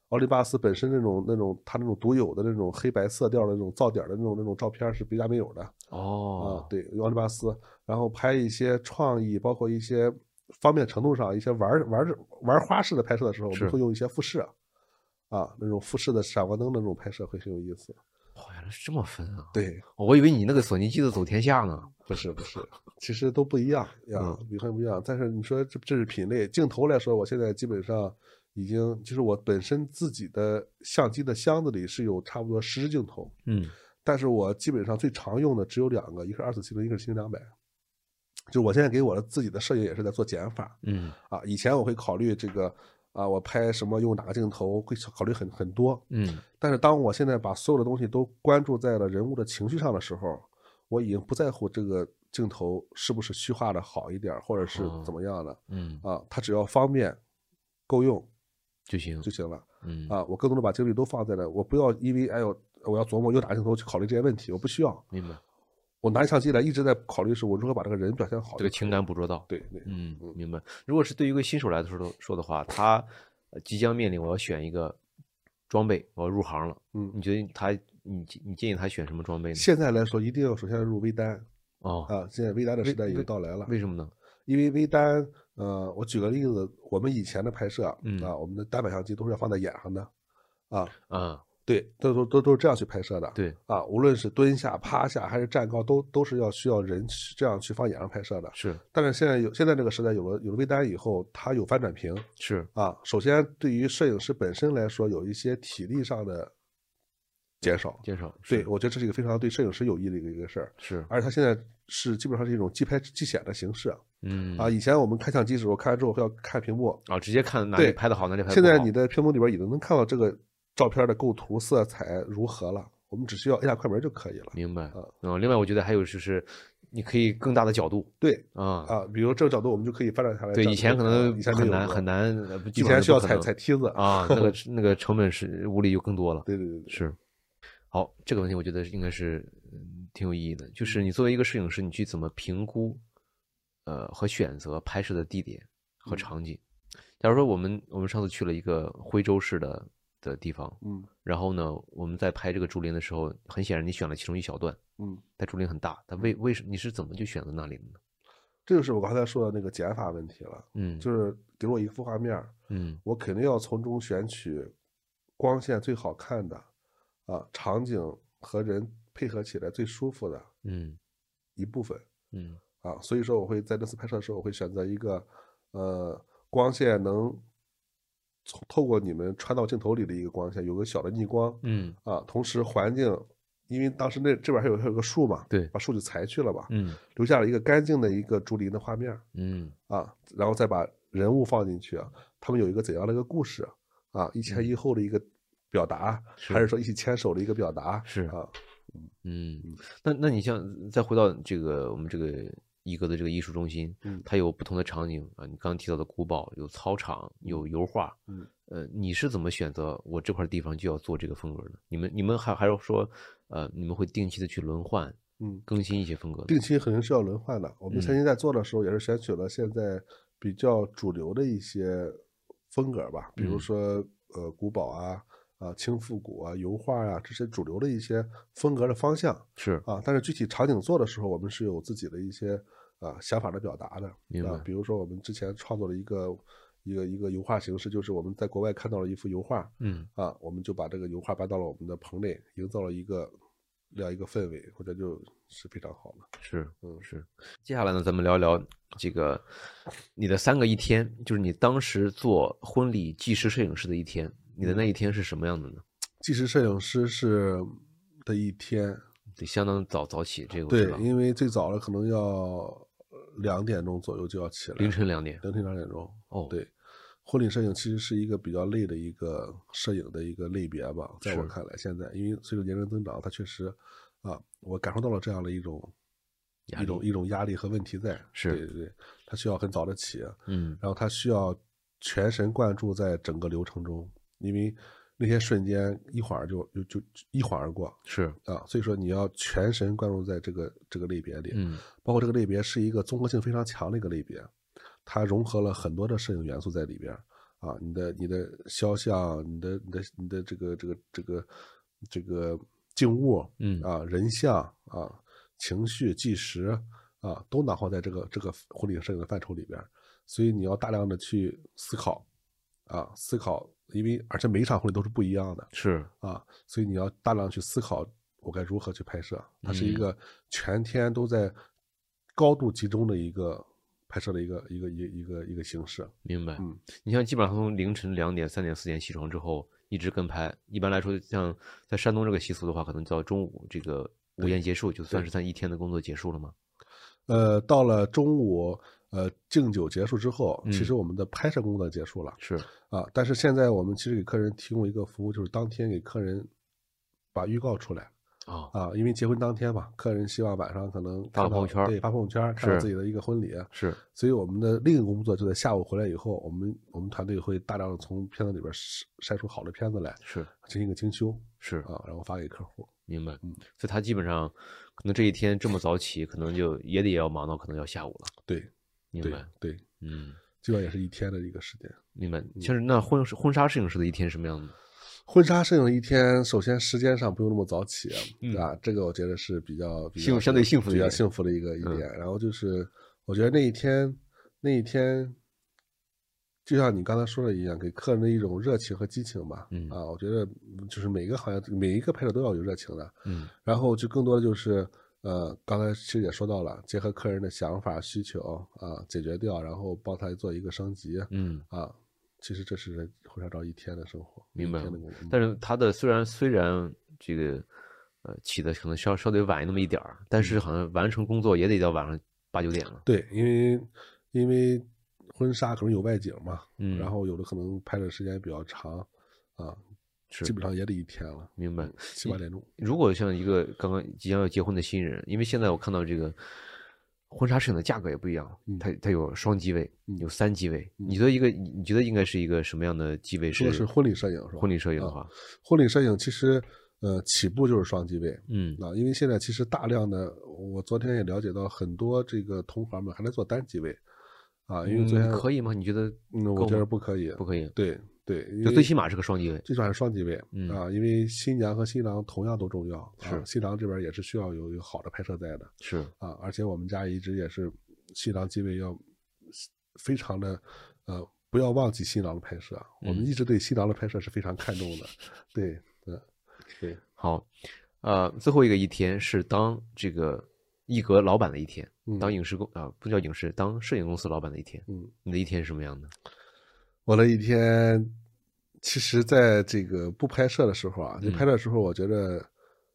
Speaker 1: 奥林巴斯本身那种那种它那种独有的那种黑白色调的那种噪点的那种那种照片是别家没有的啊
Speaker 2: 哦，，
Speaker 1: 对，用奥林巴斯，然后拍一些创意，包括一些方便程度上一些玩儿玩儿玩儿花式的拍摄的时候，我
Speaker 2: 是
Speaker 1: 们会用一些复式啊，那种复式的闪光灯的那种拍摄会很有意思。
Speaker 2: 哦，原来是这么分啊！
Speaker 1: 对，
Speaker 2: 我以为你那个索尼机子走天下呢。
Speaker 1: 不是不是，其实都不一样呀，比很不一样。但是你说这这是品类，镜头来说，我现在基本上已经就是我本身自己的相机的箱子里是有差不多十支镜头，
Speaker 2: 嗯
Speaker 1: 但是我基本上最常用的只有两个，一个是二四七零，一个是七零两百。就我现在给我的自己的摄影也是在做减法
Speaker 2: 嗯
Speaker 1: 啊。以前我会考虑这个啊，我拍什么用哪个镜头，会考虑很很多。
Speaker 2: 嗯，
Speaker 1: 但是当我现在把所有的东西都关注在了人物的情绪上的时候，我已经不在乎这个镜头是不是虚化的好一点儿，或者是
Speaker 2: 哦
Speaker 1: 怎么样的
Speaker 2: 嗯
Speaker 1: 啊，它只要方便、够用
Speaker 2: 就行
Speaker 1: 就，行了
Speaker 2: 嗯
Speaker 1: 啊。我更多的把精力都放在了，我不要因为哎呦我要琢磨右打镜头去考虑这些问题，我不需要。
Speaker 2: 明白，
Speaker 1: 我拿起相机来一直在考虑是我如何把这个人表现好就可以了，
Speaker 2: 这个情感捕捉到，
Speaker 1: 对对
Speaker 2: 嗯
Speaker 1: 嗯，
Speaker 2: 明白。如果是对于一个新手来说的说的话，他呃即将面临我要选一个装备，我要入行了，
Speaker 1: 嗯
Speaker 2: 你觉得他你你建议他选什么装备呢？
Speaker 1: 现在来说，一定要首先入微单
Speaker 2: 哦，
Speaker 1: 啊！现在微单的时代已
Speaker 2: 微
Speaker 1: 经到来了，
Speaker 2: 为什么呢？
Speaker 1: 因为微单，呃，我举个例子，我们以前的拍摄，
Speaker 2: 嗯
Speaker 1: 啊，我们的单反相机都是要放在眼上的，啊，
Speaker 2: 啊，
Speaker 1: 对，都都都都是这样去拍摄的，
Speaker 2: 对，
Speaker 1: 啊，无论是蹲下、趴下还是站高，都都是要需要人去这样去放眼上拍摄的。
Speaker 2: 是
Speaker 1: 但是现在有现在这个时代有了有了微单以后，它有翻转屏
Speaker 2: 是，
Speaker 1: 啊，首先对于摄影师本身来说，有一些体力上的减少，
Speaker 2: 减少，
Speaker 1: 对
Speaker 2: 是
Speaker 1: 我觉得这是一个非常对摄影师有益的一个一个事儿。
Speaker 2: 是，
Speaker 1: 而且它现在是基本上是一种即拍即显的形式
Speaker 2: 嗯
Speaker 1: 啊。以前我们看相机的时候，看完之后要看屏幕，
Speaker 2: 啊，直接看哪里
Speaker 1: 对
Speaker 2: 拍的好，哪里拍的
Speaker 1: 现
Speaker 2: 不
Speaker 1: 在
Speaker 2: 好
Speaker 1: 你的屏幕里边已经能看到这个照片的构图、色彩如何了。我们只需要按下快门就可以了。
Speaker 2: 明白
Speaker 1: 啊
Speaker 2: 嗯，另外我觉得还有就是你可以更大的角度
Speaker 1: 对
Speaker 2: 啊，
Speaker 1: 啊，比如这个角度，我们就可以翻转下来。这
Speaker 2: 对，
Speaker 1: 样
Speaker 2: 以前
Speaker 1: 就
Speaker 2: 可
Speaker 1: 可以看了
Speaker 2: 能
Speaker 1: 以前没
Speaker 2: 很
Speaker 1: 有
Speaker 2: 难
Speaker 1: 过
Speaker 2: 很，难，
Speaker 1: 以
Speaker 2: 基本
Speaker 1: 前
Speaker 2: 上
Speaker 1: 需要
Speaker 2: 不可
Speaker 1: 踩
Speaker 2: 能
Speaker 1: 踩梯子。
Speaker 2: 啊， 那个那个成本是物力就更多了。
Speaker 1: 对对对对，
Speaker 2: 是，好，这个问题我觉得应该是嗯挺有意义的，就是你作为一个摄影师，你去怎么评估，呃和选择拍摄的地点和
Speaker 1: 嗯
Speaker 2: 场景。假如说我们我们上次去了一个徽州市的的地方，
Speaker 1: 嗯
Speaker 2: 然后呢，我们在拍这个竹林的时候，很显然你选了其中一小段，
Speaker 1: 嗯，
Speaker 2: 但竹林很大，但为为什你是怎么就选择那里的呢？
Speaker 1: 这就是我刚才说的那个减法问题了，
Speaker 2: 嗯，
Speaker 1: 就是给我一幅画面儿，
Speaker 2: 嗯
Speaker 1: 我肯定要从中选取光线最好看的，啊，场景和人配合起来最舒服的
Speaker 2: 嗯
Speaker 1: 一部分
Speaker 2: 嗯
Speaker 1: 啊。所以说，我会在这次拍摄的时候，我会选择一个呃光线能从透过你们穿到镜头里的一个光线，有个小的逆光
Speaker 2: 嗯
Speaker 1: 啊。同时环境，因为当时那这边还有还有个树嘛，
Speaker 2: 对
Speaker 1: 把树就裁去了吧，
Speaker 2: 嗯
Speaker 1: 留下了一个干净的一个竹林的画面儿。
Speaker 2: 嗯
Speaker 1: 啊，然后再把人物放进去，啊他们有一个怎样的一个故事啊，一前一后的一个表达，
Speaker 2: 嗯是
Speaker 1: 还是说一起牵手的一个表达？
Speaker 2: 是
Speaker 1: 啊，
Speaker 2: 嗯，那那你像再回到这个我们这个一哥的这个艺术中心，
Speaker 1: 嗯
Speaker 2: 它有不同的场景啊，你刚刚提到的古堡，有操场，有油画，
Speaker 1: 嗯，
Speaker 2: 呃，你是怎么选择我这块地方就要做这个风格的？你们你们还还是说，呃，你们会定期的去轮换
Speaker 1: 嗯，
Speaker 2: 更新一些风格的？
Speaker 1: 定期肯定是要轮换的。我们
Speaker 2: 嗯
Speaker 1: 曾经在做的时候，也是选取了现在比较主流的一些风格吧，比如
Speaker 2: 嗯
Speaker 1: 说呃古堡啊、啊轻复古啊、油画啊这些主流的一些风格的方向
Speaker 2: 是，
Speaker 1: 啊。但是具体场景做的时候，我们是有自己的一些啊想法的表达的。
Speaker 2: 明白
Speaker 1: 啊，比如说我们之前创作了一个一个一个油画形式，就是我们在国外看到了一幅油画
Speaker 2: 嗯
Speaker 1: 啊，我们就把这个油画搬到了我们的棚内，营造了一个这样一个氛围，我觉得就是非常好了。
Speaker 2: 是
Speaker 1: 嗯
Speaker 2: 是。接下来呢，咱们聊一聊这个你的三个一天，就是你当时做婚礼纪实摄影师的一天，你的
Speaker 1: 嗯
Speaker 2: 那一天是什么样的呢？
Speaker 1: 纪实摄影师是的一天，
Speaker 2: 得相当早早起，这个我
Speaker 1: 对
Speaker 2: 知道，
Speaker 1: 因为最早了可能要呃两点钟左右就要起来，
Speaker 2: 凌晨两点。
Speaker 1: 凌晨两点钟。
Speaker 2: 哦，，
Speaker 1: 对，婚礼摄影其实是一个比较累的一个摄影的一个类别吧，在我
Speaker 2: 是
Speaker 1: 看来，现在因为随着年龄增长，它确实啊，我感受到了这样的一种
Speaker 2: 压
Speaker 1: 一种
Speaker 2: 力
Speaker 1: 一种压力和问题在。
Speaker 2: 是
Speaker 1: 对对对，他需要很早的起，啊
Speaker 2: 嗯，
Speaker 1: 然后他需要全神贯注在整个流程中，因为那些瞬间一会儿就就就一晃而过
Speaker 2: 是，
Speaker 1: 啊，所以说你要全神贯注在这个这个类别里。
Speaker 2: 嗯
Speaker 1: 包括这个类别是一个综合性非常强的一个类别，它融合了很多的摄影元素在里边儿啊，你的你的肖像，你的你的你的这个这个这个这个静物
Speaker 2: 嗯
Speaker 1: 啊，人像啊，情绪纪实啊，都囊括在这个这个婚礼摄影的范畴里边儿，所以你要大量的去思考啊，思考，因为而且每一场婚礼都是不一样的，
Speaker 2: 是，
Speaker 1: 啊，所以你要大量去思考我该如何去拍摄。它是一
Speaker 2: 嗯
Speaker 1: 个全天都在高度集中的一个拍摄的一个一个一个一个一个形式。
Speaker 2: 明白。
Speaker 1: 嗯，
Speaker 2: 你像基本上从凌晨两点、三点、四点起床之后，一直跟拍。一般来说，像在山东这个习俗的话，可能到中午这个午宴结束，就算是他一天的工作结束了嘛。
Speaker 1: 呃，到了中午，呃，敬酒结束之后，
Speaker 2: 嗯
Speaker 1: 其实我们的拍摄工作结束了、
Speaker 2: 是，
Speaker 1: 啊。但是现在我们其实给客人提供一个服务，就是当天给客人把预告出来
Speaker 2: 啊，
Speaker 1: 啊，因为结婚当天嘛，客人希望晚上可能
Speaker 2: 发
Speaker 1: 看
Speaker 2: 朋友
Speaker 1: 到
Speaker 2: 圈儿
Speaker 1: 对，发朋友圈儿看到
Speaker 2: 是
Speaker 1: 自己的一个婚礼，
Speaker 2: 是
Speaker 1: 所以我们的另一个工作就在下午回来以后，我们我们团队会大量的从片子里边筛筛出好的片子来
Speaker 2: 是
Speaker 1: 进行一个精修
Speaker 2: 是，
Speaker 1: 啊，然后发给客户。
Speaker 2: 明白
Speaker 1: 嗯。
Speaker 2: 所以他基本上可能这一天这么早起，可能就也得要忙到可能要下午了。
Speaker 1: 对
Speaker 2: 明
Speaker 1: 对
Speaker 2: 白，
Speaker 1: 对，
Speaker 2: 嗯，
Speaker 1: 基本上也是一天的一个时间。
Speaker 2: 明白。
Speaker 1: 嗯
Speaker 2: 像是那婚婚纱摄影师的一天什么样子？
Speaker 1: 婚纱摄影一天，首先时间上不用那么早起，
Speaker 2: 嗯
Speaker 1: 对吧？这个我觉得是比较比较
Speaker 2: 幸福相对幸福的
Speaker 1: 比
Speaker 2: 一
Speaker 1: 较
Speaker 2: 点嗯
Speaker 1: 幸福的一个一点。然后就是，我觉得那一天那一天，就像你刚才说的一样，给客人的一种热情和激情吧。
Speaker 2: 嗯
Speaker 1: 啊，我觉得就是每个好像每一个拍手都要有热情的。
Speaker 2: 嗯
Speaker 1: 然后就更多的就是，呃，刚才其实也说到了，结合客人的想法需求啊，解决掉，然后帮他做一个升级
Speaker 2: 嗯。
Speaker 1: 啊。其实这是婚纱照一天的生活，
Speaker 2: 明白
Speaker 1: 一天的
Speaker 2: 了
Speaker 1: 工作
Speaker 2: 但是他的虽然虽然这个呃起的可能稍稍微晚那么一点儿，
Speaker 1: 嗯
Speaker 2: 但是好像完成工作也得到晚上八九点了。
Speaker 1: 对，因为因为婚纱可能有外景嘛，
Speaker 2: 嗯，
Speaker 1: 然后有的可能拍的时间比较长，啊，
Speaker 2: 是
Speaker 1: 基本上也得一天了，
Speaker 2: 明白。
Speaker 1: 七八点钟。
Speaker 2: 如果像一个刚刚即将要结婚的新人，因为现在我看到这个婚纱摄影的价格也不一样，
Speaker 1: 嗯
Speaker 2: 它它有双机位，
Speaker 1: 嗯
Speaker 2: 有三机位。
Speaker 1: 嗯
Speaker 2: 你觉得一个你你觉得应该是一个什么样的机位
Speaker 1: 你说的是婚礼摄影是吧？
Speaker 2: 婚礼摄影的
Speaker 1: 啊
Speaker 2: 话，
Speaker 1: 婚礼摄影其实呃起步就是双机位
Speaker 2: 嗯
Speaker 1: 啊，因为现在其实大量的，我昨天也了解到很多这个同行们还在做单机位，啊，因为昨
Speaker 2: 嗯
Speaker 1: 天
Speaker 2: 可以吗？你觉得
Speaker 1: 嗯，我
Speaker 2: 够
Speaker 1: 觉得
Speaker 2: 吗
Speaker 1: 不可以，
Speaker 2: 不可以？
Speaker 1: 对对，因
Speaker 2: 就
Speaker 1: 为
Speaker 2: 最起码是个双机位。
Speaker 1: 最起码是双机位，
Speaker 2: 嗯
Speaker 1: 啊，因为新娘和新郎同样都重要，啊
Speaker 2: 是
Speaker 1: 新郎这边也是需要有有好的拍摄在的
Speaker 2: 是，
Speaker 1: 啊，而且我们家一直也是新郎机位要非常的呃，不要忘记新郎的拍摄，啊我们
Speaker 2: 嗯
Speaker 1: 一直对新郎的拍摄是非常看重的，对，嗯，对，
Speaker 2: 好，呃，最后一个一天是当这个一格老板的一天，
Speaker 1: 嗯
Speaker 2: 当影视公啊、不叫影视，当摄影公司老板的一天。
Speaker 1: 嗯，
Speaker 2: 你的一天是什么样的？
Speaker 1: 我的一天，其实在这个不拍摄的时候啊，就
Speaker 2: 嗯
Speaker 1: 拍摄的时候，我觉得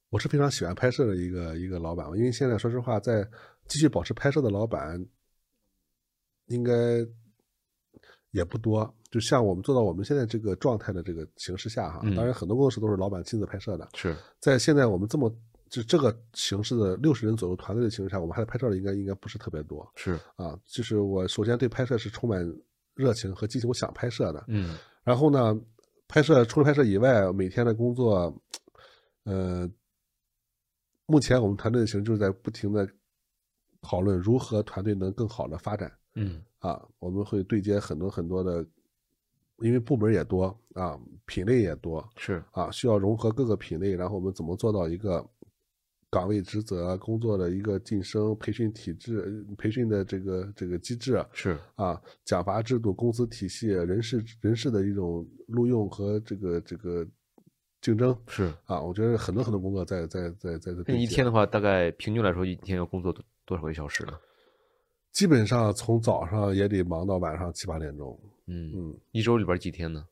Speaker 1: 我是非常喜欢拍摄的一个一个老板，因为现在说实话，在继续保持拍摄的老板应该也不多。就像我们做到我们现在这个状态的这个形势下哈，
Speaker 2: 嗯
Speaker 1: 当然很多工作室都是老板亲自拍摄的，
Speaker 2: 是，
Speaker 1: 在现在我们这么就这个形式的六十人左右团队的形势下，我们还在拍照的应该应该不是特别多
Speaker 2: 是，
Speaker 1: 啊。就是我首先对拍摄是充满热情和激情，我想拍摄的，
Speaker 2: 嗯，
Speaker 1: 然后呢，拍摄除了拍摄以外，每天的工作，呃，目前我们团队的形式就是在不停的讨论如何团队能更好的发展
Speaker 2: 嗯，
Speaker 1: 啊。我们会对接很多很多的，因为部门也多啊，品类也多
Speaker 2: 是，
Speaker 1: 啊，需要融合各个品类，然后我们怎么做到一个。岗位职责、工作的一个晋升、培训体制、呃培训的这个这个机制，
Speaker 2: 是，
Speaker 1: 啊，奖罚制度、工资体系、人事人事的一种录用和这个这个竞争
Speaker 2: 是。
Speaker 1: 啊，我觉得很多很多工作在在在在在
Speaker 2: 那
Speaker 1: 对
Speaker 2: 你一
Speaker 1: 接
Speaker 2: 天的话，大概平均来说，一天要工作多多少个小时呢？
Speaker 1: 基本上从早上也得忙到晚上七八点钟。
Speaker 2: 嗯，
Speaker 1: 嗯，
Speaker 2: 一周里边几天呢？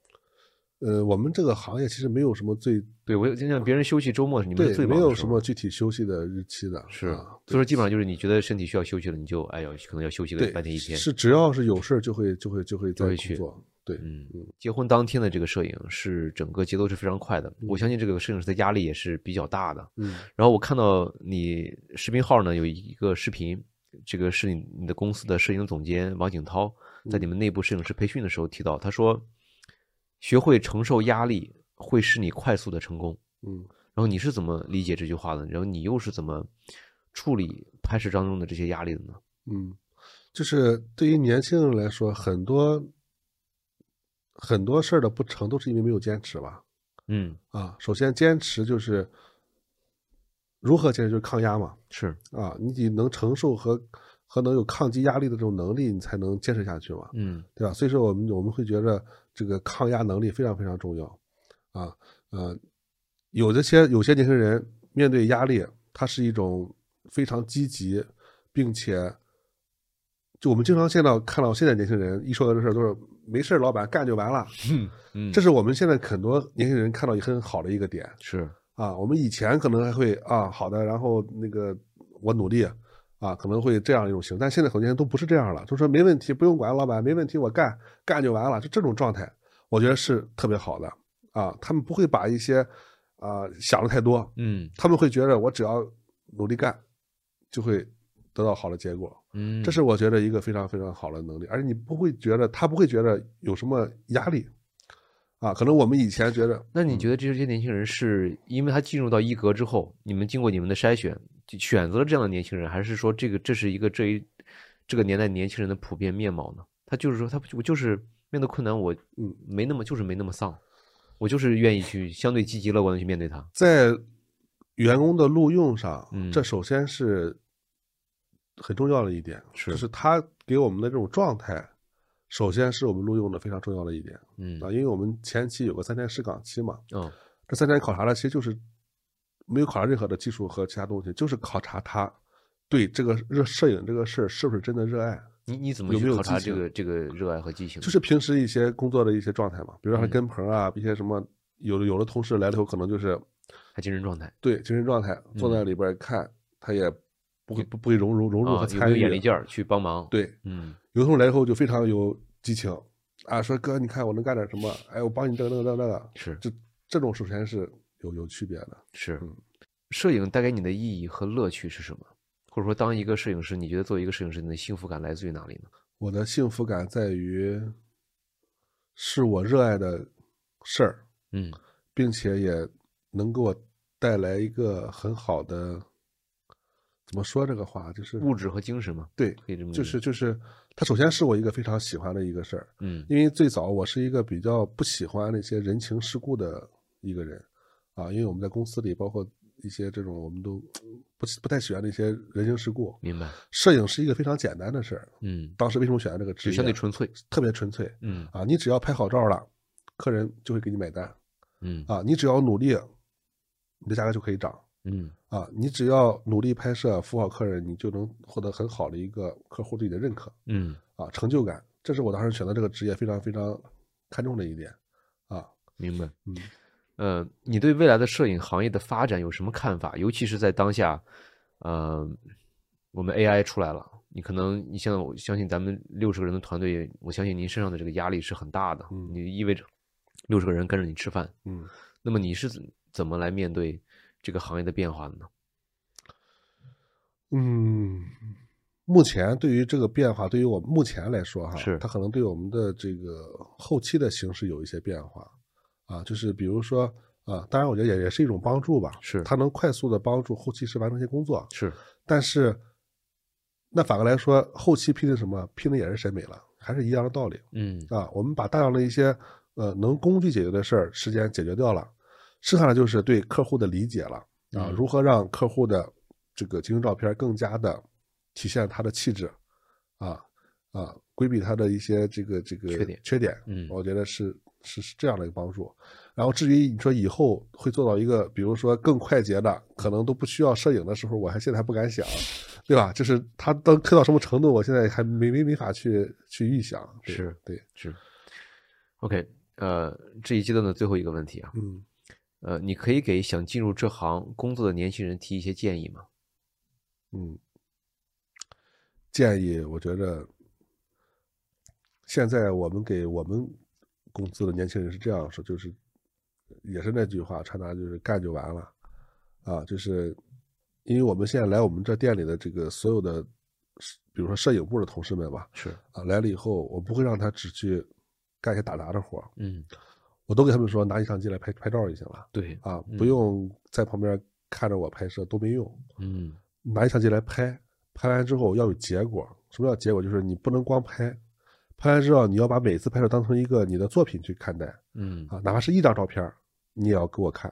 Speaker 1: 呃，我们这个行业其实没有什么最
Speaker 2: 对我就像别人休息周末，你们是
Speaker 1: 对
Speaker 2: 最
Speaker 1: 没
Speaker 2: 忙的
Speaker 1: 有
Speaker 2: 时
Speaker 1: 什
Speaker 2: 候
Speaker 1: 么具体休息的日期的，
Speaker 2: 是，
Speaker 1: 啊、
Speaker 2: 所以说基本上就是你觉得身体需要休息了，你就哎呀，可能要休息个
Speaker 1: 对
Speaker 2: 半天一天。
Speaker 1: 是只要是有事儿就会就会就会在
Speaker 2: 会
Speaker 1: 工
Speaker 2: 去
Speaker 1: 作。对，
Speaker 2: 嗯，结婚当天的这个摄影是整个节奏是非常快的，我相信这个摄影师的压力也是比较大的。
Speaker 1: 嗯
Speaker 2: 然后我看到你视频号呢有一个视频，这个是你你的公司的摄影总监王景涛
Speaker 1: 嗯
Speaker 2: 在你们内部摄影师培训的时候提到，他说，学会承受压力会使你快速的成功。
Speaker 1: 嗯。
Speaker 2: 然后你是怎么理解这句话的？然后你又是怎么处理拍摄当中的这些压力的呢？
Speaker 1: 嗯，就是对于年轻人来说，很多很多事儿的不成，都是因为没有坚持吧。
Speaker 2: 嗯，
Speaker 1: 啊，首先坚持就是如何坚持，就是抗压嘛。
Speaker 2: 是，
Speaker 1: 啊，你得能承受和和能有抗击压力的这种能力，你才能坚持下去嘛，
Speaker 2: 嗯
Speaker 1: 对吧？所以说，我们我们会觉得这个抗压能力非常非常重要。啊，呃，有这些有些年轻人面对压力，他是一种非常积极，并且就我们经常见到看到现在年轻人一说到这事儿都是没事儿，老板干就完了。
Speaker 2: 嗯，
Speaker 1: 这是我们现在很多年轻人看到也很好的一个点
Speaker 2: 是
Speaker 1: 啊。我们以前可能还会啊好的，然后那个我努力啊，可能会这样一种形，但现在很多年轻人都不是这样了，都说没问题，不用管老板，没问题，我干干就完了，就这种状态，我觉得是特别好的啊。他们不会把一些啊、想的太多，
Speaker 2: 嗯
Speaker 1: 他们会觉得我只要努力干，就会得到好的结果。
Speaker 2: 嗯，
Speaker 1: 这是我觉得一个非常非常好的能力，而你不会觉得他不会觉得有什么压力，啊，可能我们以前觉得
Speaker 2: 那你觉得这些年轻人是因为他进入到一格之后，你们经过你们的筛选，就选择了这样的年轻人，还是说这个这是一个这一这个年代年轻人的普遍面貌呢？他就是说他我就是面对困难，我
Speaker 1: 嗯
Speaker 2: 没那么就是没那么丧，我就是愿意去相对积极乐观的去面对它。
Speaker 1: 在员工的录用上，
Speaker 2: 嗯
Speaker 1: 这首先是很重要的一点，
Speaker 2: 是
Speaker 1: 就是他给我们的这种状态，首先是我们录用的非常重要的一点
Speaker 2: 嗯
Speaker 1: 啊，因为我们前期有个三天试岗期嘛，
Speaker 2: 嗯
Speaker 1: 这三天考察的其实就是没有考察任何的技术和其他东西，就是考察他对这个热摄影这个事儿是不是真的热爱。
Speaker 2: 你你怎么
Speaker 1: 有
Speaker 2: 去
Speaker 1: 没有
Speaker 2: 考察
Speaker 1: 激
Speaker 2: 这
Speaker 1: 情
Speaker 2: 个这个热爱和激情呢？
Speaker 1: 就是平时一些工作的一些状态嘛，比如说他
Speaker 2: 嗯
Speaker 1: 跟朋啊，一些什么，有的有的同事来了以后，可能就是
Speaker 2: 他精神状态
Speaker 1: 对精神状态坐
Speaker 2: 嗯
Speaker 1: 在里边看，他也不会不不会融入融入
Speaker 2: 啊
Speaker 1: 和，
Speaker 2: 有
Speaker 1: 参
Speaker 2: 没有
Speaker 1: 与。
Speaker 2: 眼力劲儿去帮忙？，
Speaker 1: 对，
Speaker 2: 嗯
Speaker 1: 有的同事来以后就非常有激情啊，说哥，你看我能干点什么？哎，我帮你这个那个那个那个，
Speaker 2: 是
Speaker 1: 这这种首先是有有区别的。
Speaker 2: 是
Speaker 1: 嗯，
Speaker 2: 摄影带给你的意义和乐趣是什么？或者说，当一个摄影师，你觉得作为一个摄影师，你的幸福感来自于哪里呢？
Speaker 1: 我的幸福感在于，是我热爱的事儿，
Speaker 2: 嗯
Speaker 1: 并且也能给我带来一个很好的，怎么说这个话，就是
Speaker 2: 物质和嗯精神嘛，
Speaker 1: 对，
Speaker 2: 可以这么理解
Speaker 1: 就是就是，它首先是我一个非常喜欢的一个事儿，
Speaker 2: 嗯
Speaker 1: 因为最早我是一个比较不喜欢那些人情世故的一个人，啊，因为我们在公司里，包括一些这种我们都不不太喜欢那些人情世故。
Speaker 2: 明白
Speaker 1: 摄影是一个非常简单的事儿，
Speaker 2: 嗯，
Speaker 1: 当时为什么选择这个职
Speaker 2: 就
Speaker 1: 业？
Speaker 2: 相对纯粹
Speaker 1: 特别纯粹
Speaker 2: 嗯
Speaker 1: 啊，你只要拍好照了，客人就会给你买单
Speaker 2: 嗯
Speaker 1: 啊，你只要努力，你的价格就可以涨。
Speaker 2: 嗯
Speaker 1: 啊，你只要努力拍摄，服务好客人，你就能获得很好的一个客户对你的认可
Speaker 2: 嗯
Speaker 1: 啊，成就感。这是我当时选择这个职业非常非常看重的一点啊。
Speaker 2: 明白
Speaker 1: 嗯，
Speaker 2: 呃，你对未来的摄影行业的发展有什么看法？尤其是在当下，呃，我们 AI 出来了，你可能你像我相信咱们六十个人的团队，我相信您身上的这个压力是很大的，
Speaker 1: 嗯
Speaker 2: 你意味着六十个人跟着你吃饭，
Speaker 1: 嗯，
Speaker 2: 那么你是怎怎么来面对这个行业的变化的呢？
Speaker 1: 嗯，目前对于这个变化，对于我目前来说哈，
Speaker 2: 是
Speaker 1: 它可能对我们的这个后期的形式有一些变化啊，就是比如说啊，当然我觉得也也是一种帮助吧，
Speaker 2: 是
Speaker 1: 它能快速的帮助后期是完成一些工作，
Speaker 2: 是，
Speaker 1: 但是那反过来说，后期拼的什么？拼的也是审美了，还是一样的道理
Speaker 2: 嗯
Speaker 1: 啊。我们把大量的一些呃能工具解决的事儿，时间解决掉了，剩下的就是对客户的理解了啊
Speaker 2: 嗯，
Speaker 1: 如何让客户的这个精神照片更加的体现他的气质啊啊，规避他的一些这个这个
Speaker 2: 缺点
Speaker 1: 缺点，
Speaker 2: 嗯
Speaker 1: 我觉得是是是这样的一个帮助。然后至于你说以后会做到一个，比如说更快捷的，可能都不需要摄影的时候，我还现在还不敢想，对吧？就是它能推到什么程度，我现在还没没没法去去预想。对
Speaker 2: 是
Speaker 1: 对，
Speaker 2: 是。OK，呃，这一阶段的最后一个问题啊，
Speaker 1: 嗯，
Speaker 2: 呃，你可以给想进入这行工作的年轻人提一些建议吗？
Speaker 1: 嗯，建议我觉得，现在我们给我们公司的年轻人是这样说，就是也是那句话，传达就是干就完了，啊，就是因为我们现在来我们这店里的这个所有的，比如说摄影部的同事们吧，
Speaker 2: 是，
Speaker 1: 啊，来了以后，我不会让他只去干一些打杂的活儿
Speaker 2: 嗯，
Speaker 1: 我都给他们说拿起相机来拍拍照就行了，
Speaker 2: 对，
Speaker 1: 啊，
Speaker 2: 嗯
Speaker 1: 不用在旁边看着我拍摄都没用。
Speaker 2: 嗯
Speaker 1: 拿一相机来拍，拍完之后要有结果。什么叫结果？就是你不能光拍，拍完之后你要把每次拍摄当成一个你的作品去看待
Speaker 2: 嗯
Speaker 1: 啊，哪怕是一张照片儿，你也要给我看，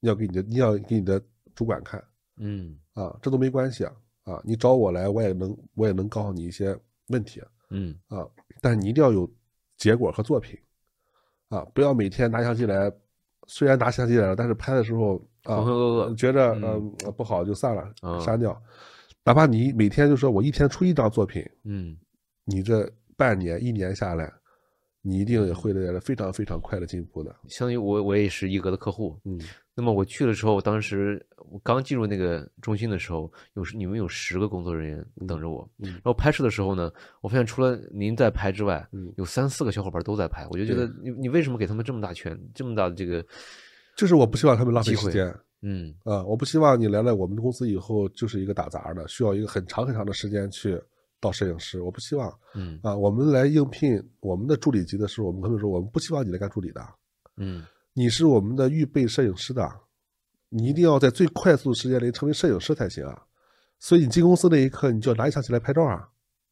Speaker 1: 你要给你的，你要给你的主管看
Speaker 2: 嗯
Speaker 1: 啊，这都没关系啊啊，你找我来，我也能我也能告诉你一些问题
Speaker 2: 嗯
Speaker 1: 啊，但你一定要有结果和作品啊，不要每天拿相机来，虽然拿相机来了，但是拍的时候啊
Speaker 2: 浑浑噩噩
Speaker 1: 觉着
Speaker 2: 嗯
Speaker 1: 嗯、呃不好就算了，
Speaker 2: 啊
Speaker 1: 删掉。哪怕你每天就说我一天出一张作品，
Speaker 2: 嗯，
Speaker 1: 你这半年一年下来，你一定也会带来非常非常快的进步的。
Speaker 2: 相当于我我也是一格的客户。
Speaker 1: 嗯
Speaker 2: 那么我去的时候，当时我刚进入那个中心的时候，有时你们有十个工作人员等着我。
Speaker 1: 嗯
Speaker 2: 然后拍摄的时候呢，我发现除了您在拍之外，
Speaker 1: 嗯，
Speaker 2: 有三四个小伙伴都在拍，我就觉得你你为什么给他们这么大权，这么大的这个
Speaker 1: 就是我不希望他们浪费
Speaker 2: 机
Speaker 1: 时
Speaker 2: 会
Speaker 1: 间。
Speaker 2: 嗯
Speaker 1: 啊，我不希望你来了我们公司以后就是一个打杂的，需要一个很长很长的时间去到摄影师。我不希望
Speaker 2: 嗯
Speaker 1: 啊，我们来应聘我们的助理级的时候，我们根本说我们不希望你来干助理的，
Speaker 2: 嗯
Speaker 1: 你是我们的预备摄影师的，啊你一定要在最快速的时间内成为摄影师才行啊。所以你进公司那一刻，你就要拿起相机来拍照啊，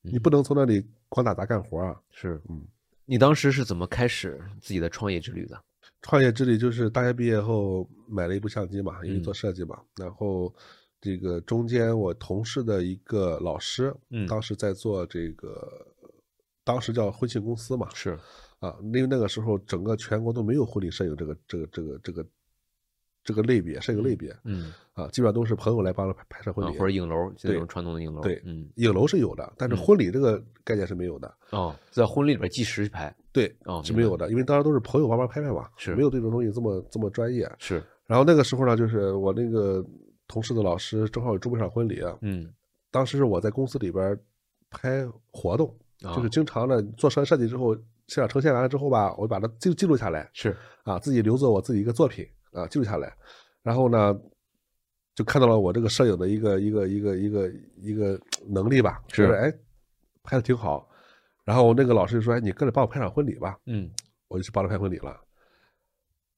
Speaker 2: 嗯
Speaker 1: 你不能从那里光打杂干活啊。
Speaker 2: 是
Speaker 1: 嗯。
Speaker 2: 你当时是怎么开始自己的创业之旅的？
Speaker 1: 创业之旅就是大学毕业后买了一部相机嘛，因为
Speaker 2: 嗯
Speaker 1: 做设计嘛，然后这个中间我同事的一个老师，
Speaker 2: 嗯
Speaker 1: 当时在做这个，当时叫婚庆公司嘛，
Speaker 2: 是
Speaker 1: 啊，因为那个时候整个全国都没有婚礼摄影这个这个这个这个这个类别，摄影类别
Speaker 2: 嗯，
Speaker 1: 啊，基本上都是朋友来帮着拍拍摄婚
Speaker 2: 啊
Speaker 1: 礼，
Speaker 2: 或者影楼，就那
Speaker 1: 对
Speaker 2: 种传统的影楼。
Speaker 1: 对
Speaker 2: 嗯，
Speaker 1: 影楼是有的，但是
Speaker 2: 嗯
Speaker 1: 婚礼这个概念是没有的。
Speaker 2: 哦，在婚礼里边计时拍
Speaker 1: 对，
Speaker 2: 哦
Speaker 1: 是
Speaker 2: 明白
Speaker 1: 没有的，因为当时都是朋友帮忙拍拍嘛，
Speaker 2: 是
Speaker 1: 没有对这种东西这么这么专业。
Speaker 2: 是，
Speaker 1: 然后那个时候呢，就是我那个同事的老师正好有周备上婚礼，啊
Speaker 2: 嗯
Speaker 1: 当时是我在公司里边拍活动，
Speaker 2: 啊
Speaker 1: 就是经常呢做设设计之后，现场呈现完了之后吧，我就把它记记录下来
Speaker 2: 是，
Speaker 1: 啊，自己留作我自己一个作品啊，记录下来。然后呢，就看到了我这个摄影的一个一个一个一个一个能力吧，
Speaker 2: 是
Speaker 1: 就是哎拍的挺好。然后那个老师就说：“哎，你跟着帮我拍场婚礼吧。”
Speaker 2: 嗯
Speaker 1: 我就去帮他拍婚礼了。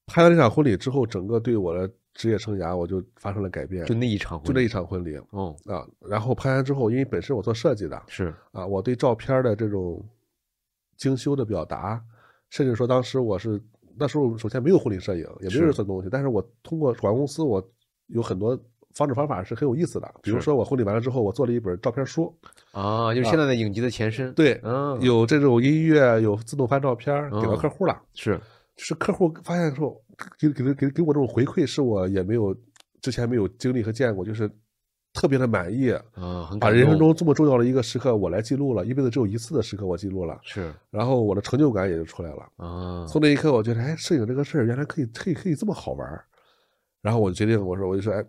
Speaker 1: 拍完那场婚礼之后，整个对我的职业生涯我就发生了改变，
Speaker 2: 就
Speaker 1: 就
Speaker 2: 那一场婚礼，
Speaker 1: 那一场婚礼
Speaker 2: 哦，
Speaker 1: 啊。然后拍完之后，因为本身我做设计的
Speaker 2: 是，
Speaker 1: 啊，我对照片的这种精修的表达，甚至说当时我是那时候首先没有婚礼摄影，也没
Speaker 2: 是
Speaker 1: 有这种东西，但是我通过广告公司，我有很多方式方法是很有意思的。比如
Speaker 2: 是
Speaker 1: 说我婚礼完了之后，我做了一本照片书，
Speaker 2: 啊，就是现在的影集的前身。，
Speaker 1: 对，
Speaker 2: 嗯，
Speaker 1: 有这种音乐，有自动翻照片给到
Speaker 2: 嗯
Speaker 1: 客户了。
Speaker 2: 是，
Speaker 1: 是客户发现说给给给给我这种回馈，是我也没有之前没有经历和见过，就是特别的满意，
Speaker 2: 啊，很
Speaker 1: 把
Speaker 2: 感
Speaker 1: 人生
Speaker 2: 动
Speaker 1: 中这么重要的一个时刻我来记录了，一辈子只有一次的时刻我记录了，
Speaker 2: 是
Speaker 1: 然后我的成就感也就出来了。
Speaker 2: 啊，
Speaker 1: 从那一刻，我觉得哎，摄影这个事儿原来可以可以可以这么好玩儿然后我就决定，我说我就说哎，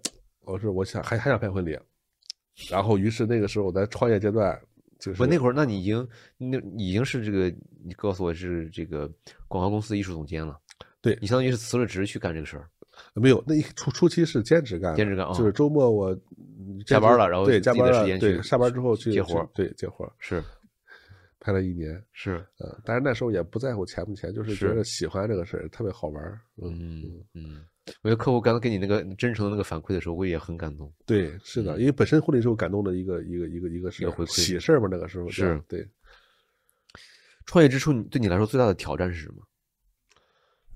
Speaker 1: 我说我想还还想拍婚礼，然后于是那个时候我在创业阶段就是
Speaker 2: 不，那会儿，那你已经那已经是这个，你告诉我是这个广告公司的艺术总监了。
Speaker 1: 对
Speaker 2: 你相当于是辞了职去干这个事儿，
Speaker 1: 没有，那一初初期是兼职干的，
Speaker 2: 兼职干啊
Speaker 1: 就是周末我嗯
Speaker 2: 下班了然后
Speaker 1: 对
Speaker 2: 自
Speaker 1: 加
Speaker 2: 己的
Speaker 1: 班
Speaker 2: 时间
Speaker 1: 了，
Speaker 2: 去
Speaker 1: 对下班之后去
Speaker 2: 接活儿
Speaker 1: 去对接活儿，
Speaker 2: 是
Speaker 1: 拍了一年，
Speaker 2: 是，
Speaker 1: 呃，但是那时候也不在乎钱不钱，就是
Speaker 2: 是
Speaker 1: 觉得喜欢这个事儿，特别好玩儿，嗯，
Speaker 2: 嗯嗯，我觉得客户刚才给你那个真诚的那个反馈的时候，我也很感动。
Speaker 1: 对，是的，
Speaker 2: 嗯
Speaker 1: 因为本身婚礼是我感动的一个一个一个一个事
Speaker 2: 一
Speaker 1: 儿
Speaker 2: 个回馈
Speaker 1: 喜事儿嘛，那个时候
Speaker 2: 是
Speaker 1: 叫对
Speaker 2: 创业之初，你对你来说最大的挑战是什么？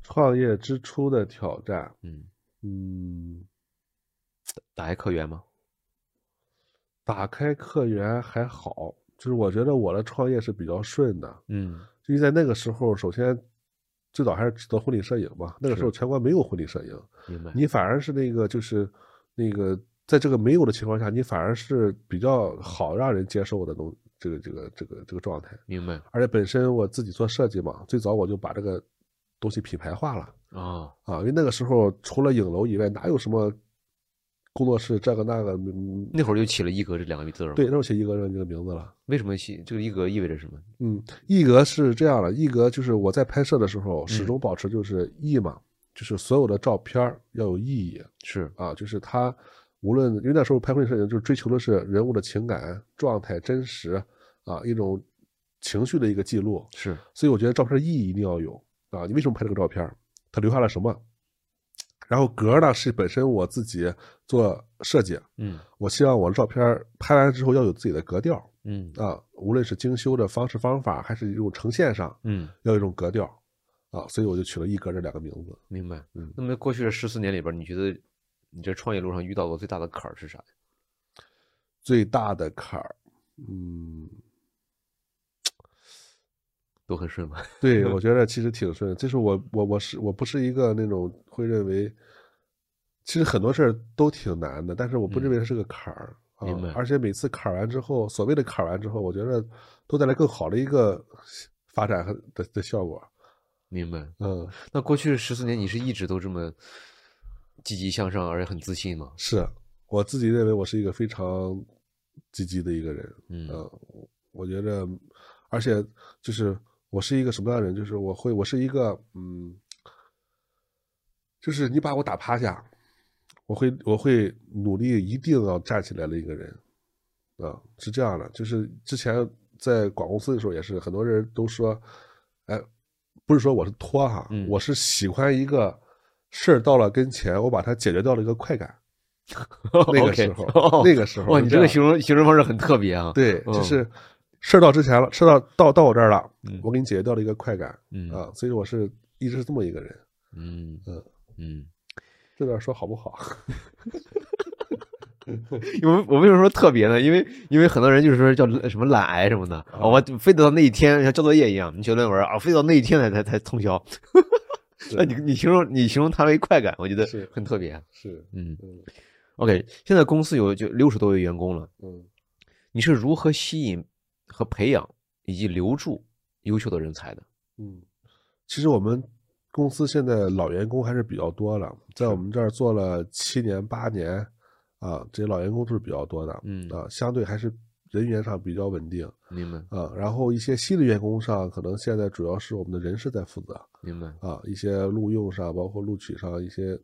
Speaker 1: 创业之初的挑战，
Speaker 2: 嗯，
Speaker 1: 嗯，
Speaker 2: 打开客源吗？
Speaker 1: 打开客源还好，就是我觉得我的创业是比较顺的，
Speaker 2: 嗯
Speaker 1: 因为在那个时候，首先最早还是做婚礼摄影嘛，那个时候全国没有婚礼摄影，
Speaker 2: 明白。
Speaker 1: 你反而是那个就是那个在这个没有的情况下，你反而是比较好让人接受的东这个这个这个这个状态。
Speaker 2: 明白
Speaker 1: 而且本身我自己做设计嘛，最早我就把这个东西品牌化了
Speaker 2: 啊，
Speaker 1: 啊，因为那个时候除了影楼以外，哪有什么工作室这个那个？嗯
Speaker 2: 那会儿就起了一格这两个字儿吗
Speaker 1: 对，，那我写一个人这个名字了。
Speaker 2: 为什么起这个一格意味着什么？
Speaker 1: 嗯，艺格是这样的，艺格就是我在拍摄的时候始终保持就是艺嘛，就是所有的照片儿要有意义
Speaker 2: 是
Speaker 1: 啊，就是它无论因为那时候拍婚礼摄影就是追求的是人物的情感状态真实啊，一种情绪的一个记录，
Speaker 2: 是，
Speaker 1: 所以我觉得照片意义一定要有啊。你为什么拍这个照片儿？它留下了什么？然后格儿呢是本身我自己做设计，
Speaker 2: 嗯
Speaker 1: 我希望我的照片儿拍完之后要有自己的格调。
Speaker 2: 嗯
Speaker 1: 啊，无论是精修的方式方法，还是一种呈现上，
Speaker 2: 嗯，
Speaker 1: 要有一种格调啊，所以我就取了一格这两个名字。
Speaker 2: 明白。
Speaker 1: 嗯
Speaker 2: 那么过去这十四年里边儿，你觉得你这创业路上遇到过最大的坎儿是啥呀？
Speaker 1: 最大的坎儿，嗯，
Speaker 2: 都很顺吗？
Speaker 1: 对我觉得其实挺顺，就是我我我是我不是一个那种会认为，其实很多事儿都挺难的，但是我不认为它是个坎儿。啊
Speaker 2: 嗯明白，
Speaker 1: 而且每次坎儿完之后，所谓的坎儿完之后，我觉得都带来更好的一个发展和的的效果。
Speaker 2: 明白。
Speaker 1: 嗯，
Speaker 2: 那过去十四年，你是一直都这么积极向上，而且很自信吗？
Speaker 1: 是我自己认为我是一个非常积极的一个人。
Speaker 2: 嗯
Speaker 1: 呃，我我觉得，而且就是我是一个什么样的人？就是我会，我是一个嗯，就是你把我打趴下，我会我会努力一定要站起来的一个人，啊，是这样的。就是之前在广公司的时候也是，很多人都说，哎，不是说我是拖哈、
Speaker 2: 嗯
Speaker 1: 我是喜欢一个事儿到了跟前，我把它解决掉了一个快 感。那个时候
Speaker 2: OK，哦
Speaker 1: 那个时候
Speaker 2: 哇，
Speaker 1: 是
Speaker 2: 你
Speaker 1: 这
Speaker 2: 这个
Speaker 1: 样
Speaker 2: 形容形容方式很特别啊。
Speaker 1: 对，
Speaker 2: 嗯
Speaker 1: 就是事儿到之前了，事儿到到到我这儿了
Speaker 2: 嗯，
Speaker 1: 我给你解决掉了一个快感
Speaker 2: 嗯
Speaker 1: 啊，所以我是一直是这么一个人。啊
Speaker 2: 嗯
Speaker 1: 嗯
Speaker 2: 嗯，
Speaker 1: 这段说好不 好？
Speaker 2: 因为我为什么说特别呢？因为因为很多人就是说叫什么懒癌什么的，啊、我非得到那一天像交作业一样，你写论文啊，非得到那一天才才才通宵。那哎你你形容你形容它为快感，我觉得
Speaker 1: 是
Speaker 2: 很特别。
Speaker 1: 是，
Speaker 2: 嗯
Speaker 1: 嗯
Speaker 2: ，OK，现在公司有就六十多位员工了，
Speaker 1: 嗯
Speaker 2: 你是如何吸引和培养以及留住优秀的人才的？
Speaker 1: 嗯，其实我们公司现在老员工还是比较多了，在我们这儿做了七年八年啊，这些老员工都是比较多的
Speaker 2: 嗯
Speaker 1: 啊，相对还是人员上比较稳定
Speaker 2: 明白，
Speaker 1: 啊，然后一些新的员工上，可能现在主要是我们的人事在负责，
Speaker 2: 明白，
Speaker 1: 啊，一些录用上，包括录取上，一些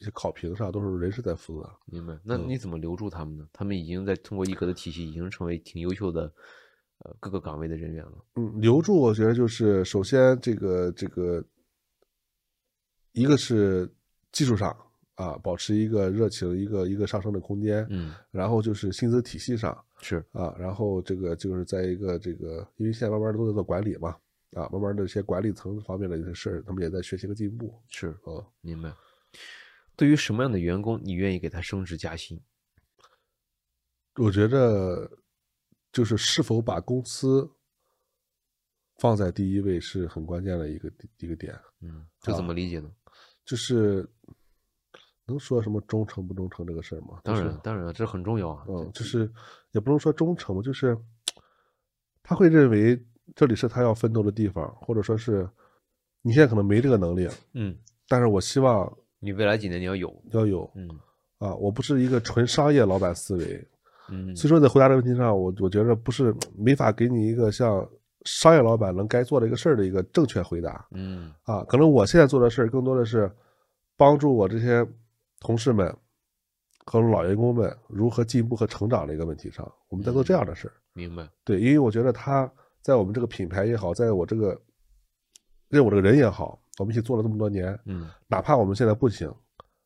Speaker 1: 一些考评上，都是人事在负责。
Speaker 2: 明白。那你怎么留住他们呢？他们已经在通过一格的体系，已经成为挺优秀的，呃，各个岗位的人员了。
Speaker 1: 嗯，留住我觉得就是首先这个这个，一个是技术上啊，保持一个热情，一个一个上升的空间，
Speaker 2: 嗯，
Speaker 1: 然后就是薪资体系上
Speaker 2: 是，
Speaker 1: 啊，然后这个就是在一个这个，因为现在慢慢的都在做管理嘛。啊，慢慢的一些管理层方面的一些事儿，他们也在学习和进步。
Speaker 2: 是
Speaker 1: 嗯，
Speaker 2: 明白。对于什么样的员工，你愿意给他升职加薪？
Speaker 1: 我觉着，就是是否把公司放在第一位是很关键的一个一个点。
Speaker 2: 嗯，这怎么理解呢？
Speaker 1: 就是能说什么忠诚不忠诚这个事儿吗？
Speaker 2: 当
Speaker 1: 就是
Speaker 2: 然，当然了，这很重要啊。
Speaker 1: 嗯，就是也不能说忠诚吧，就是他会认为这里是他要奋斗的地方，或者说是你现在可能没这个能力，
Speaker 2: 嗯，
Speaker 1: 但是我希望
Speaker 2: 你未来几年你要有，
Speaker 1: 要有
Speaker 2: 嗯
Speaker 1: 啊，我不是一个纯商业老板思维，
Speaker 2: 嗯，
Speaker 1: 所以说，在回答这个问题上，我我觉得不是没法给你一个像商业老板能该做的一个事儿的一个正确回答
Speaker 2: 嗯
Speaker 1: 啊。可能我现在做的事儿更多的是帮助我这些同事们和老员工们如何进步和成长的一个问题上，我们在做这样的事儿。
Speaker 2: 明白，
Speaker 1: 对，因为我觉得他在我们这个品牌也好，在我这个任务这个人也好，我们一起做了这么多年，
Speaker 2: 嗯
Speaker 1: 哪怕我们现在不行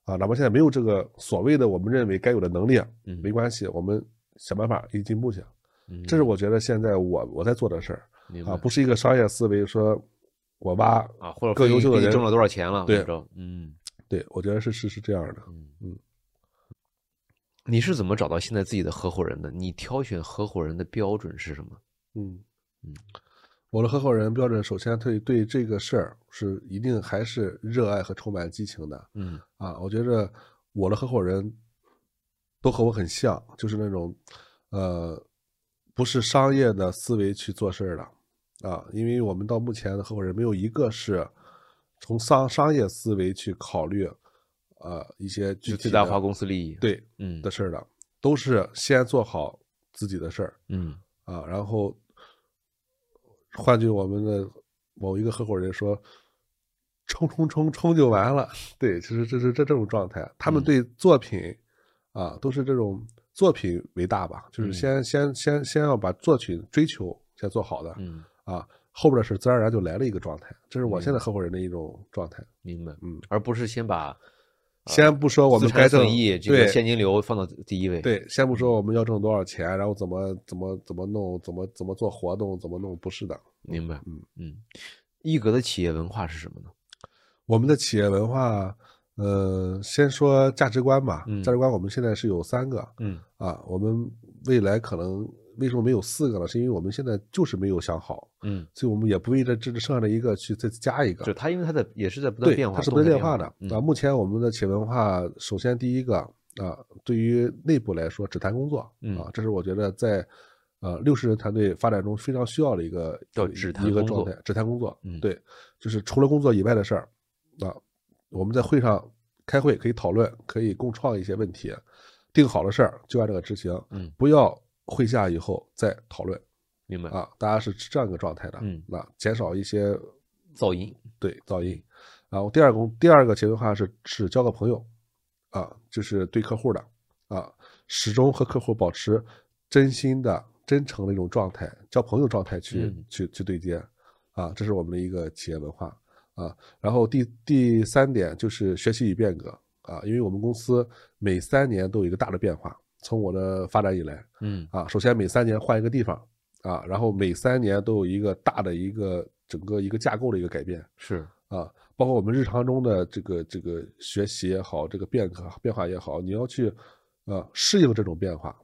Speaker 1: 啊，哪怕现在没有这个所谓的我们认为该有的能力，啊
Speaker 2: 嗯
Speaker 1: 没关系，我们想办法一进步去。啊
Speaker 2: 嗯，
Speaker 1: 这是我觉得现在我我在做的事儿
Speaker 2: 明白
Speaker 1: 啊，不是一个商业思维说我挖，
Speaker 2: 啊，或者
Speaker 1: 更
Speaker 2: 非
Speaker 1: 优秀的
Speaker 2: 非
Speaker 1: 人
Speaker 2: 挣了多少钱了？
Speaker 1: 对
Speaker 2: 或者嗯
Speaker 1: 对我觉得是是是这样的。
Speaker 2: 嗯
Speaker 1: 嗯。
Speaker 2: 你是怎么找到现在自己的合伙人的？你挑选合伙人的标准是什么？
Speaker 1: 嗯
Speaker 2: 嗯，
Speaker 1: 我的合伙人标准，首先对对这个事儿是一定还是热爱和充满激情的
Speaker 2: 嗯
Speaker 1: 啊。我觉着我的合伙人都和我很像，就是那种呃不是商业的思维去做事儿的啊，因为我们到目前的合伙人没有一个是从商商业思维去考虑。呃，一些具
Speaker 2: 就
Speaker 1: 体
Speaker 2: 最
Speaker 1: 的
Speaker 2: 大化公司利益。，
Speaker 1: 对
Speaker 2: 嗯
Speaker 1: 的事儿的，都是先做好自己的事儿
Speaker 2: 嗯
Speaker 1: 啊，然后换句我们的某一个合伙人说，冲冲冲冲就完了。对，其实这是这这种状态，啊他们
Speaker 2: 嗯
Speaker 1: 对作品啊都是这种作品为大吧，就是
Speaker 2: 嗯
Speaker 1: 先、先先先要把作品追求先做好的、
Speaker 2: 嗯，
Speaker 1: 啊，后边的事自然而然就来了一个状态，这是我
Speaker 2: 嗯
Speaker 1: 现在合伙人的一种状态。
Speaker 2: 明白。
Speaker 1: 嗯，
Speaker 2: 而不是先把啊
Speaker 1: 先不说我们
Speaker 2: 资
Speaker 1: 该
Speaker 2: 产
Speaker 1: 挣
Speaker 2: 损益这
Speaker 1: 对
Speaker 2: 个现金流放到第一位。，
Speaker 1: 对，先不说我们要挣多少钱，然后怎么怎么怎么弄，怎么怎么做活动，怎么弄，不是的。
Speaker 2: 明白。
Speaker 1: 嗯
Speaker 2: 嗯，一格的企业文化是什么呢？
Speaker 1: 我们的企业文化，呃，先说价值观吧。
Speaker 2: 嗯
Speaker 1: 价值观我们现在是有三个
Speaker 2: 嗯
Speaker 1: 啊，我们未来可能为什么没有四个呢？是因为我们现在就是没有想好，
Speaker 2: 嗯，
Speaker 1: 所以我们也不为这这剩下的一个去再加一个。
Speaker 2: 就它因为它的也是在不断
Speaker 1: 对，
Speaker 2: 变化，
Speaker 1: 它是不
Speaker 2: 动
Speaker 1: 断变
Speaker 2: 态变
Speaker 1: 化的
Speaker 2: 的。嗯
Speaker 1: 啊。目前我们的企业文化，首先第一个啊，对于内部来说只谈工作
Speaker 2: 嗯
Speaker 1: 啊，这是我觉得在呃六十人团队发展中非常需要的一个
Speaker 2: 叫
Speaker 1: 一
Speaker 2: 只谈
Speaker 1: 一个
Speaker 2: 工
Speaker 1: 状
Speaker 2: 作
Speaker 1: 态，只谈工作。
Speaker 2: 嗯
Speaker 1: 对，就是除了工作以外的事儿啊，我们在会上开会可以讨论，可以共创一些问题，定好了事儿就按这个执行，
Speaker 2: 嗯，
Speaker 1: 不要会下以后再讨论啊
Speaker 2: 明白。
Speaker 1: 啊，大家是这样一个状态的，
Speaker 2: 嗯
Speaker 1: 那减少一些
Speaker 2: 噪音。
Speaker 1: 对噪音。啊，我第二个第二个潜规划是只交个朋友，啊，就是对客户的啊，始终和客户保持真心的、真诚的一种状态，交朋友状态去、
Speaker 2: 嗯
Speaker 1: 去去对接，啊，这是我们的一个企业文化啊。然后第第三点就是学习与变革啊，因为我们公司每三年都有一个大的变化，从我的发展以来，
Speaker 2: 嗯
Speaker 1: 啊，首先每三年换一个地方啊，然后每三年都有一个大的一个整个一个架构的一个改变
Speaker 2: 是
Speaker 1: 啊，包括我们日常中的这个这个学习也好，这个变革变化也好，你要去呃适应这种变化，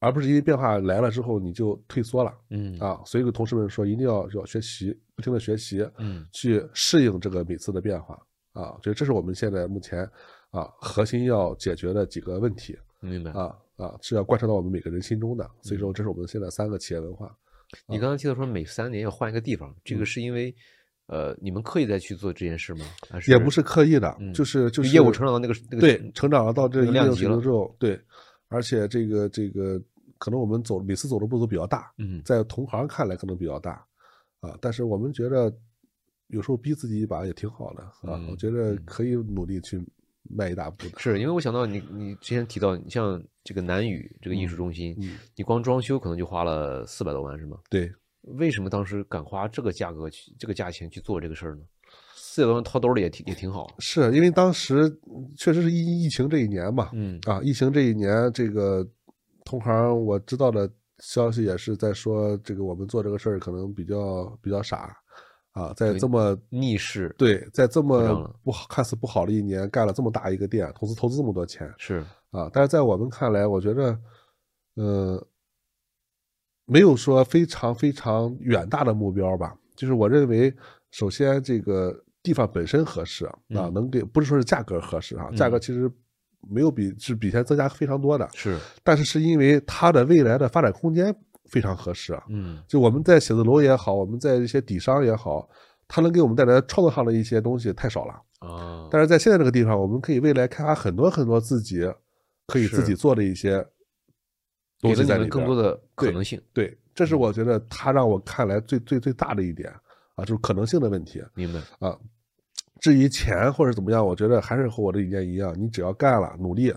Speaker 1: 而不是因为变化来了之后你就退缩了
Speaker 2: 嗯
Speaker 1: 啊。所以跟同事们说，一定要要学习，不停的学习，
Speaker 2: 嗯
Speaker 1: 去适应这个每次的变化啊。所以这是我们现在目前啊核心要解决的几个问题。
Speaker 2: 嗯明白。
Speaker 1: 啊啊，是要贯彻到我们每个人心中的。所以说，这是我们现在三个企业文化。
Speaker 2: 你刚才提到说每三年要换一个地方，这个
Speaker 1: 嗯
Speaker 2: 是因为呃你们刻意在去做这件事吗？还是
Speaker 1: 也不是刻意的，
Speaker 2: 嗯
Speaker 1: 就是就是
Speaker 2: 业务成长到那个那个
Speaker 1: 对成长到这
Speaker 2: 那
Speaker 1: 一
Speaker 2: 个量
Speaker 1: 定
Speaker 2: 级
Speaker 1: 程度
Speaker 2: 了
Speaker 1: 之后，对，而且这个这个可能我们走每次走的步子比较大，
Speaker 2: 嗯
Speaker 1: 在同行看来可能比较大啊，但是我们觉得有时候逼自己一把也挺好的啊，
Speaker 2: 嗯
Speaker 1: 我觉得
Speaker 2: 嗯
Speaker 1: 可以努力去迈一大步的。
Speaker 2: 是因为我想到你，你之前提到，你像这个南语这个艺术中心，
Speaker 1: 嗯，
Speaker 2: 你光装修可能就花了四百多万，是吗？
Speaker 1: 对，
Speaker 2: 为什么当时敢花这个价格去这个价钱去做这个事儿呢？四百多万掏兜里也挺也挺好。
Speaker 1: 是因为当时确实是疫疫情这一年嘛，
Speaker 2: 嗯
Speaker 1: 啊，疫情这一年，这个同行我知道的消息也是在说，这个我们做这个事儿可能比较比较傻啊，在
Speaker 2: 对
Speaker 1: 这么
Speaker 2: 逆势
Speaker 1: 对，在这
Speaker 2: 扩张
Speaker 1: 么
Speaker 2: 了
Speaker 1: 不好看似不好的一年，干了这么大一个店，投资投资这么多钱
Speaker 2: 是
Speaker 1: 啊，但是在我们看来，我觉得，呃，没有说非常非常远大的目标吧，就是我认为，首先这个地方本身合适啊，
Speaker 2: 嗯
Speaker 1: 能给不是说是价格合适啊，价格
Speaker 2: 嗯
Speaker 1: 其实没有比是比以前增加非常多的，
Speaker 2: 是，
Speaker 1: 但是是因为它的未来的发展空间非常合适啊。
Speaker 2: 嗯
Speaker 1: 就我们在写字楼也好，我们在一些底商也好，它能给我们带来创作上的一些东西太少了。
Speaker 2: 啊，
Speaker 1: 但是在现在这个地方，我们可以未来开发很多很多自己可以
Speaker 2: 是
Speaker 1: 自己做的一些东
Speaker 2: 给了
Speaker 1: 西
Speaker 2: 你
Speaker 1: 在里边。
Speaker 2: 们更多嗯的可
Speaker 1: 对
Speaker 2: 能性，
Speaker 1: 对，这是我觉得它让我看来最最最大的一点啊，就是可能性的问题
Speaker 2: 明白？
Speaker 1: 啊。至于钱或者怎么样，我觉得还是和我的理念一样，你只要干了，努力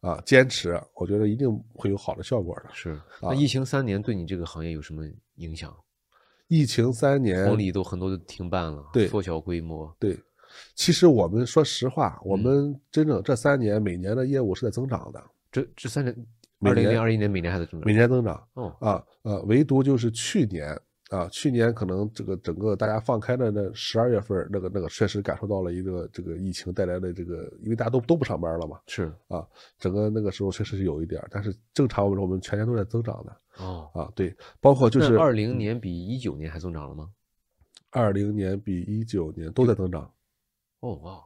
Speaker 1: 啊，坚持，我觉得一定会有好的效果的。
Speaker 2: 是。
Speaker 1: 啊
Speaker 2: 那疫情三年对你这个行业有什么影响？
Speaker 1: 疫情三年，
Speaker 2: 婚礼都很多都停办了，
Speaker 1: 呃对
Speaker 2: 缩小规模，
Speaker 1: 对，其实我们说实话，
Speaker 2: 嗯
Speaker 1: 我们真正这三年每年的业务是在增长的，
Speaker 2: 这这三年，
Speaker 1: 每
Speaker 2: 二零
Speaker 1: 年
Speaker 2: 零二一年每年还在增长，
Speaker 1: 每年增长
Speaker 2: 哦，
Speaker 1: 啊，呃，唯独就是去年啊，去年可能这个整个大家放开的那十二月份儿，那个那个确实感受到了一个这个疫情带来的这个，因为大家都都不上班了嘛，
Speaker 2: 是
Speaker 1: 整个那个时候确实是有一点儿，但是正常我们说我们全年都在增长的
Speaker 2: 哦，
Speaker 1: 啊，对，包括就是嗯
Speaker 2: 二零年比一九年还增长了吗？
Speaker 1: 二零年比一九年都在增长，
Speaker 2: 哦哇，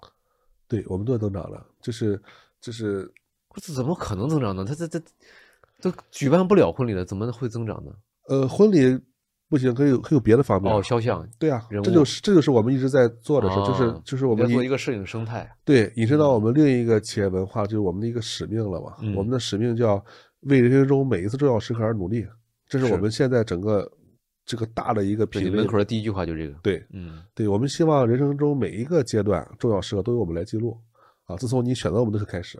Speaker 1: 对我们都在增长的，就是就是
Speaker 2: 不是怎么可能增长呢？他这这都举办不了婚礼了，怎么会增长呢？
Speaker 1: 呃，婚礼不行，可以有可以有别的方面。
Speaker 2: 哦，肖像
Speaker 1: 对啊，
Speaker 2: 人
Speaker 1: 这
Speaker 2: 物
Speaker 1: 就是这就是我们一直在做的事，就是
Speaker 2: 啊
Speaker 1: 就是我
Speaker 2: 要
Speaker 1: 们
Speaker 2: 做
Speaker 1: 引
Speaker 2: 一个摄影生态，
Speaker 1: 对引申到我们另一个企业文化，就是我们的一个使命了嘛。
Speaker 2: 嗯
Speaker 1: 我们的使命叫为人生中每一次重要时刻而努力，这是
Speaker 2: 是
Speaker 1: 我们现在整个这个大的一个
Speaker 2: 对你
Speaker 1: 品
Speaker 2: 门
Speaker 1: 类
Speaker 2: 口。的第一句话就这个，
Speaker 1: 对
Speaker 2: 嗯，
Speaker 1: 对，我们希望人生中每一个阶段重要时刻都由我们来记录啊。自从你选择我们的开始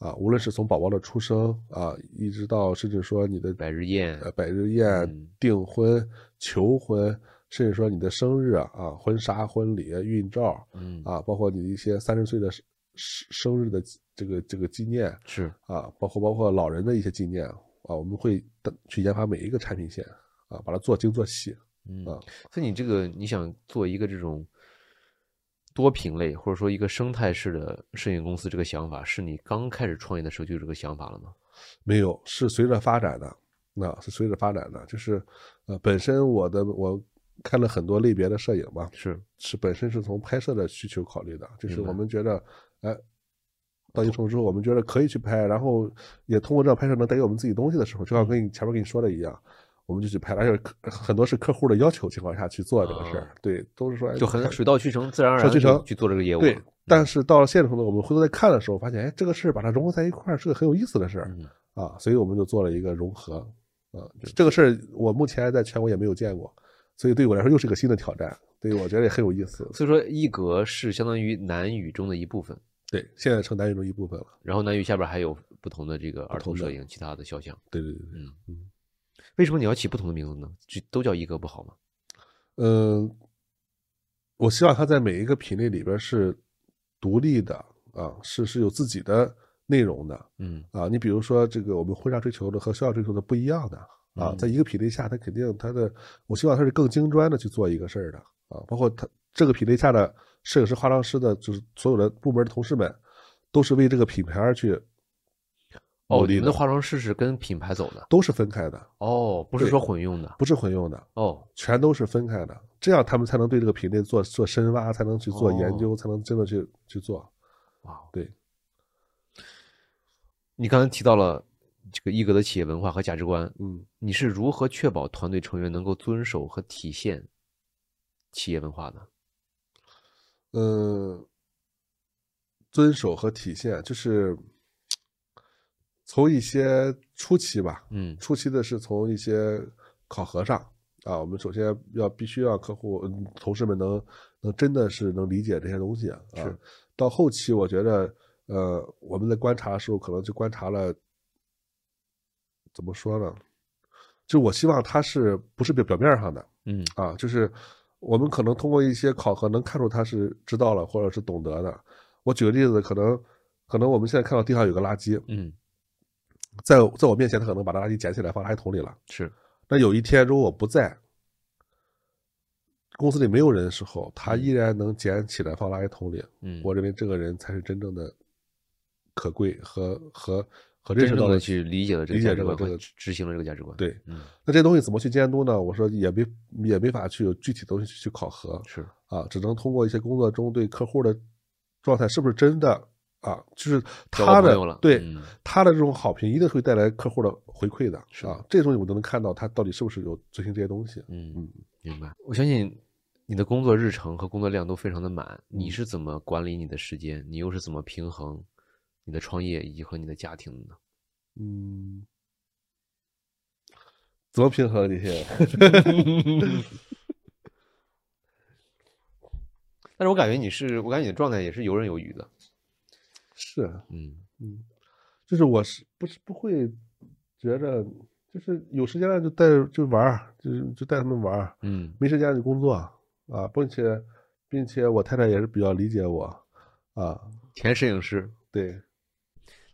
Speaker 1: 啊，无论是从宝宝的出生啊，一直到甚至说你的
Speaker 2: 百日宴，
Speaker 1: 呃百日宴、
Speaker 2: 嗯
Speaker 1: 订婚、求婚，甚至说你的生日啊、啊婚纱、婚礼、孕照
Speaker 2: 嗯，
Speaker 1: 啊，包括你的一些三十岁的生生日的这个这个纪念
Speaker 2: 是
Speaker 1: 啊，包括包括老人的一些纪念啊，我们会的去研发每一个产品线啊，把它做精做细。
Speaker 2: 嗯
Speaker 1: 啊，
Speaker 2: 所以你这个你想做一个这种多品类或者说一个生态式的摄影公司，这个想法是你刚开始创业的时候就有这个想法了吗？
Speaker 1: 没有，是随着发展的，那、是随着发展的，就是呃，本身我的我看了很多类别的摄影嘛，
Speaker 2: 是，
Speaker 1: 是本身是从拍摄的需求考虑的，就是
Speaker 2: 明白
Speaker 1: 我们觉得，哎，到一定程度之后，我们觉得可以去拍，然后也通过这样拍摄能带给我们自己东西的时候，就像跟
Speaker 2: 嗯
Speaker 1: 你前面跟你说的一样，我们就去拍了，而且客很多是客户的要求情况下去做这个事儿，
Speaker 2: 啊
Speaker 1: 对，都是说哎
Speaker 2: 就很
Speaker 1: 看
Speaker 2: 水到渠成，自然而
Speaker 1: 水到渠
Speaker 2: 然就
Speaker 1: 成
Speaker 2: 去做这个业务了。嗯
Speaker 1: 对。但是到了现实中呢，我们回头再看的时候，发现哎，这个事儿把它融合在一块儿是个很有意思的事儿
Speaker 2: 嗯，
Speaker 1: 啊，所以我们就做了一个融合，啊、这个事儿我目前在全国也没有见过，所以对我来说又是个新的挑战，对，我觉得也很有意思。
Speaker 2: 所以说，一格是相当于南语中的一部分，
Speaker 1: 对，现在成南语中一部分了。
Speaker 2: 然后南语下边还有不同的这个儿童
Speaker 1: 不同
Speaker 2: 摄
Speaker 1: 的
Speaker 2: 影、其他的肖像。
Speaker 1: 对对对对，
Speaker 2: 嗯
Speaker 1: 嗯，
Speaker 2: 为什么你要起不同的名字呢？这都叫一格不好吗？
Speaker 1: 呃，我希望它在每一个品类里边是独立的啊，是是有自己的内容的
Speaker 2: 嗯
Speaker 1: 啊。你比如说，这个我们婚纱追求的和肖像追求的不一样的啊
Speaker 2: 嗯，
Speaker 1: 在一个品类下，它肯定它的，我希望它是更精专的去做一个事儿的啊。包括它这个品类下的摄影师、化妆师的，就是所有的部门的同事们，都是为这个品牌而去
Speaker 2: 哦，
Speaker 1: 努力
Speaker 2: 你们
Speaker 1: 的
Speaker 2: 的，化妆师是跟品牌走的
Speaker 1: 都是分开的，
Speaker 2: 哦，不是
Speaker 1: 对
Speaker 2: 说混用的
Speaker 1: 不是混用的。
Speaker 2: 哦。
Speaker 1: 全都是分开的，这样他们才能对这个品类做做深挖，才能去做研究，才能真的去去做。
Speaker 2: 哇，哦
Speaker 1: 对，
Speaker 2: 你刚才提到了这个一格的企业文化和价值观，
Speaker 1: 嗯，
Speaker 2: 你是如何确保团队成员能够遵守和体现企业文化的？
Speaker 1: 呃，遵守和体现就是从一些初期吧，
Speaker 2: 嗯
Speaker 1: 初期的是从一些考核上啊，我们首先要必须要客户、嗯、同事们能能真的是能理解这些东西啊。
Speaker 2: 是
Speaker 1: 到后期，我觉得呃，我们在观察的时候，可能就观察了，怎么说呢？就我希望他是不是表表面上的
Speaker 2: 嗯
Speaker 1: 啊，就是我们可能通过一些考核能看出他是知道了或者是懂得的。我举个例子，可能可能我们现在看到地上有个垃圾，
Speaker 2: 嗯，
Speaker 1: 在我在我面前，他可能把垃圾捡起来放垃圾桶里了。
Speaker 2: 是
Speaker 1: 那有一天如果我不在，公司里没有人的时候，他依然能捡起来放垃圾桶里，
Speaker 2: 嗯，
Speaker 1: 我认为这个人才是真正的可贵和和和认
Speaker 2: 真
Speaker 1: 识到
Speaker 2: 正的
Speaker 1: 了
Speaker 2: 去理解了这个
Speaker 1: 理解
Speaker 2: 价值
Speaker 1: 这个
Speaker 2: 观
Speaker 1: 这
Speaker 2: 和
Speaker 1: 个
Speaker 2: 执执行了这个价值观。，
Speaker 1: 对。
Speaker 2: 嗯，
Speaker 1: 那这东西怎么去监督呢？我说也没也没法去有具体的东西去去考核
Speaker 2: 是
Speaker 1: 啊，只能通过一些工作中对客户的状态是不是真的啊，就是
Speaker 2: 交到
Speaker 1: 他
Speaker 2: 朋
Speaker 1: 的
Speaker 2: 友了，
Speaker 1: 对、
Speaker 2: 嗯
Speaker 1: 他的这种好评一定会带来客户的回馈的
Speaker 2: 是
Speaker 1: 啊，这东西我都能看到他到底是不是有遵循这些东西。
Speaker 2: 嗯
Speaker 1: 嗯，
Speaker 2: 明白。我相信你的工作日程和工作量都非常的满，你
Speaker 1: 嗯
Speaker 2: 是怎么管理你的时间？你又是怎么平衡你的创业以及和你的家庭的呢？
Speaker 1: 嗯，怎么平衡这些？
Speaker 2: 但是我感觉你是，我感觉你的状态也是游刃有余的。
Speaker 1: 是，
Speaker 2: 嗯
Speaker 1: 嗯，就是我是不是不会觉着，就是有时间了就带就玩儿，就是就带他们玩儿，
Speaker 2: 嗯
Speaker 1: 没时间就工作啊，并且并且我太太也是比较理解我啊，
Speaker 2: 前摄影师，
Speaker 1: 对，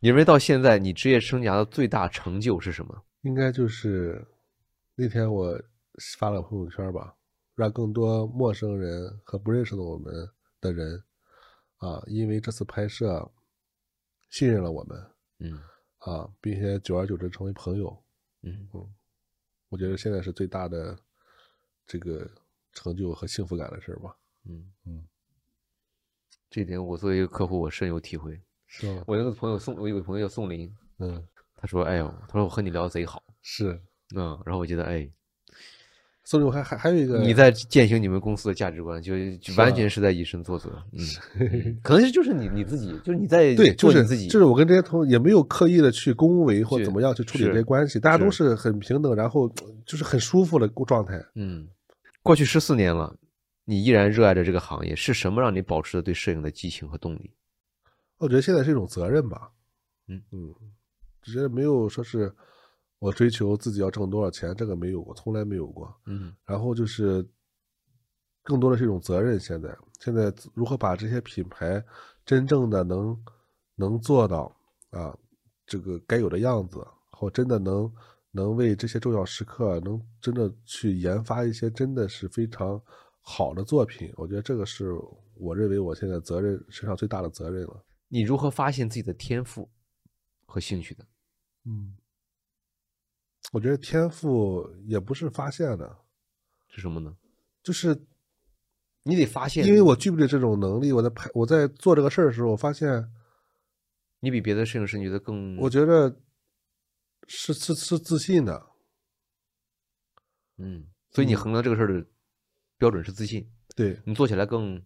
Speaker 2: 你认为到现在你职业生涯的最大成就是什么？
Speaker 1: 应该就是那天我发了朋友圈儿吧，让更多陌生人和不认识的我们的人啊，因为这次拍摄信任了我们
Speaker 2: 嗯
Speaker 1: 啊，并且久而久之成为朋友，
Speaker 2: 嗯，
Speaker 1: 我觉得现在是最大的这个成就和幸福感的事儿吧。
Speaker 2: 嗯
Speaker 1: 嗯，
Speaker 2: 这一点我作为一个客户，我深有体会。
Speaker 1: 是吗？
Speaker 2: 我有个朋友宋，我有个朋友叫宋林，
Speaker 1: 嗯，
Speaker 2: 他说：“哎呦，他说我和你聊得贼好。
Speaker 1: 是。”
Speaker 2: 嗯，然后我觉得，哎，
Speaker 1: 宋总还还还有一个，
Speaker 2: 你在践行你们公司的价值观，就就是完
Speaker 1: 吧
Speaker 2: 全是在以身作则。嗯，嗯可能是就是你你自己，就是你在
Speaker 1: 对，就
Speaker 2: 做你
Speaker 1: 是
Speaker 2: 自己，
Speaker 1: 就是我跟这些同也没有刻意的去恭维或
Speaker 2: 是
Speaker 1: 怎么样去处理
Speaker 2: 是
Speaker 1: 这些关系，大家都
Speaker 2: 是
Speaker 1: 是很平等，然后呃就是很舒服的状态。
Speaker 2: 嗯，过去十四年了，你依然热爱着这个行业，是什么让你保持着对摄影的激情和动力？
Speaker 1: 我觉得现在是一种责任吧，
Speaker 2: 嗯
Speaker 1: 嗯，只是没有说是我追求自己要挣多少钱，这个没有过，从来没有过。
Speaker 2: 嗯
Speaker 1: 然后就是更多的是一种责任。现在，现在如何把这些品牌真正的能能做到啊，这个该有的样子，或真的能能为这些重要时刻，能真的去研发一些真的是非常好的作品，我觉得这个是我认为我现在责任身上最大的责任了。
Speaker 2: 你如何发现自己的天赋和兴趣的？
Speaker 1: 嗯，我觉得天赋也不是发现的，
Speaker 2: 是什么呢？
Speaker 1: 就是
Speaker 2: 你得发现，
Speaker 1: 因为我具备了这种能力，我在拍我在做这个事儿的时候，我发现
Speaker 2: 你比别的摄影师你觉得更，
Speaker 1: 我觉得是是是自信的，
Speaker 2: 嗯，所以你衡量这个事儿的标准是自信，
Speaker 1: 对
Speaker 2: 你做起来更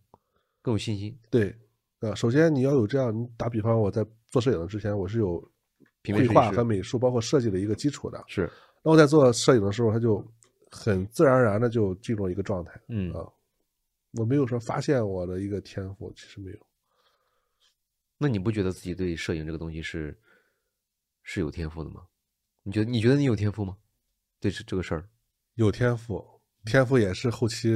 Speaker 2: 更有信心，
Speaker 1: 对，呃，首先你要有这样，你打比方，我在做摄影的之前，我是有
Speaker 2: 平面
Speaker 1: 绘
Speaker 2: 设计
Speaker 1: 画
Speaker 2: 师
Speaker 1: 和美术包括设计的一个基础的，
Speaker 2: 是，
Speaker 1: 那我在做摄影的时候，它就很自然而然的就进入一个状态
Speaker 2: 嗯
Speaker 1: 啊，我没有说发现我的一个天赋，其实没有。
Speaker 2: 那你不觉得自己对摄影这个东西是是有天赋的吗？你觉得你觉得你有天赋吗？对这这个事儿，
Speaker 1: 有天赋，天赋也是后期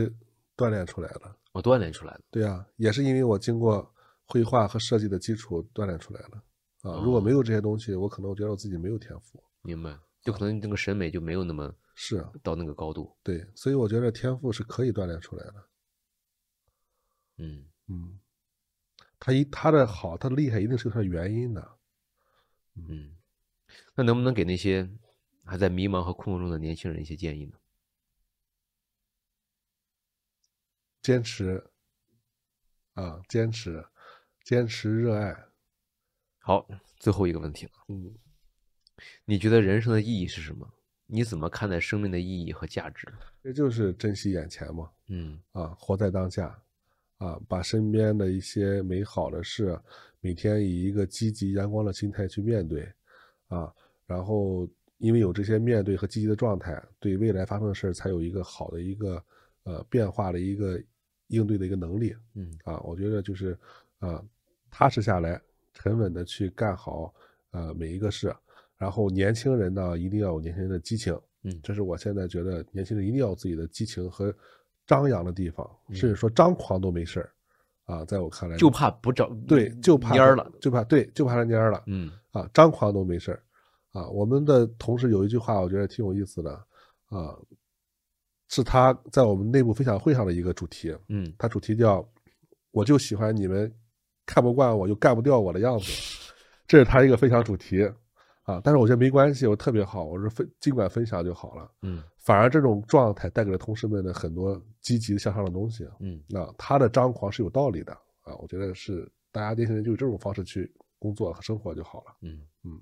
Speaker 1: 锻炼出来的。
Speaker 2: 我哦锻炼出来的。
Speaker 1: 对啊，也是因为我经过绘画和设计的基础锻炼出来的。啊，如果
Speaker 2: 哦
Speaker 1: 没有这些东西，我可能我觉得我自己没有天赋。
Speaker 2: 明白，就可能那个审美就没有那么
Speaker 1: 是啊，
Speaker 2: 到那个高度。
Speaker 1: 对，所以我觉得天赋是可以锻炼出来的。
Speaker 2: 嗯，
Speaker 1: 嗯，他一他的好，他的厉害一定是有他的原因的。
Speaker 2: 嗯，那能不能给那些还在迷茫和困惑中的年轻人一些建议呢？
Speaker 1: 坚持，啊，坚持，坚持，热爱。
Speaker 2: 好，最后一个问题了，
Speaker 1: 嗯，
Speaker 2: 你觉得人生的意义是什么？你怎么看待生命的意义和价值？
Speaker 1: 这就是珍惜眼前嘛。
Speaker 2: 嗯
Speaker 1: 啊，活在当下，啊，把身边的一些美好的事，啊每天以一个积极阳光的心态去面对，啊，然后因为有这些面对和积极的状态，对未来发生的事儿才有一个好的一个呃变化的一个应对的一个能力
Speaker 2: 嗯
Speaker 1: 啊，我觉得就是啊，踏实下来，沉稳的去干好呃每一个事，然后年轻人呢一定要有年轻人的激情，
Speaker 2: 嗯，
Speaker 1: 这是我现在觉得年轻人一定要有自己的激情和张扬的地方，
Speaker 2: 嗯
Speaker 1: 甚至说张狂都没事儿啊。在我看来，
Speaker 2: 就怕不找
Speaker 1: 对，就怕
Speaker 2: 蔫儿了。，
Speaker 1: 就怕对，就怕他蔫儿了
Speaker 2: 嗯
Speaker 1: 啊，张狂都没事儿啊。我们的同事有一句话，我觉得挺有意思的啊，是他在我们内部分享会上的一个主题，
Speaker 2: 嗯
Speaker 1: 他主题叫“我就喜欢你们看不惯我就干不掉我的样子”，这是他一个分享主题啊。但是我觉得没关系，我特别好，我是分尽管分享就好了。
Speaker 2: 嗯
Speaker 1: 反而这种状态带给了同事们的很多积极向上的东西。啊
Speaker 2: 嗯
Speaker 1: 那、他的张狂是有道理的啊，我觉得是大家年轻人就以这种方式去工作和生活就好了。
Speaker 2: 嗯
Speaker 1: 嗯，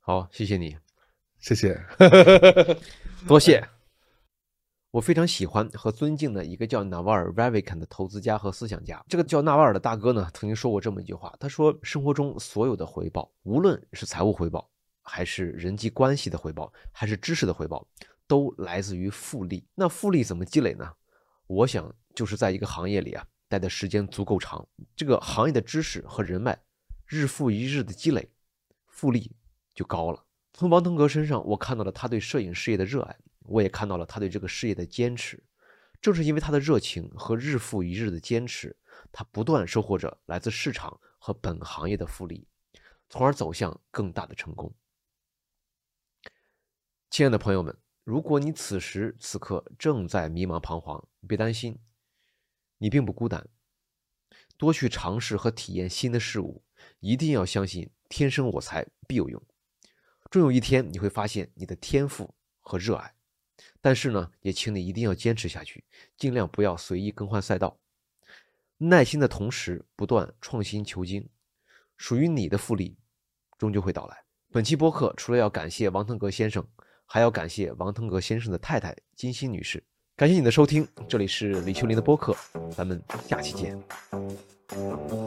Speaker 2: 好，谢谢你，
Speaker 1: 谢谢，
Speaker 2: 多谢。我非常喜欢和尊敬的一个叫纳瓦尔 （Ravikan） 的投资家和思想家。这个叫纳瓦尔的大哥呢，曾经说过这么一句话，他说：“生活中所有的回报，无论是财务回报，还是人际关系的回报，还是知识的回报，都来自于复利。那复利怎么积累呢？我想就是在一个行业里啊，待的时间足够长，这个行业的知识和人脉，日复一日的积累，复利就高了。”从王腾格身上，我看到了他对摄影事业的热爱，我也看到了他对这个事业的坚持。正是因为他的热情和日复一日的坚持，他不断收获着来自市场和本行业的复利，从而走向更大的成功。亲爱的朋友们，如果你此时此刻正在迷茫彷徨，别担心，你并不孤单。多去尝试和体验新的事物，一定要相信“天生我材必有用”。终有一天你会发现你的天赋和热爱。但是呢，也请你一定要坚持下去，尽量不要随意更换赛道，耐心的同时不断创新求精，属于你的复利终究会到来。本期播客除了要感谢王腾格先生，还要感谢王腾格先生的太太金鑫女士。感谢你的收听，这里是李秋林的播客，咱们下期见。
Speaker 3: Thank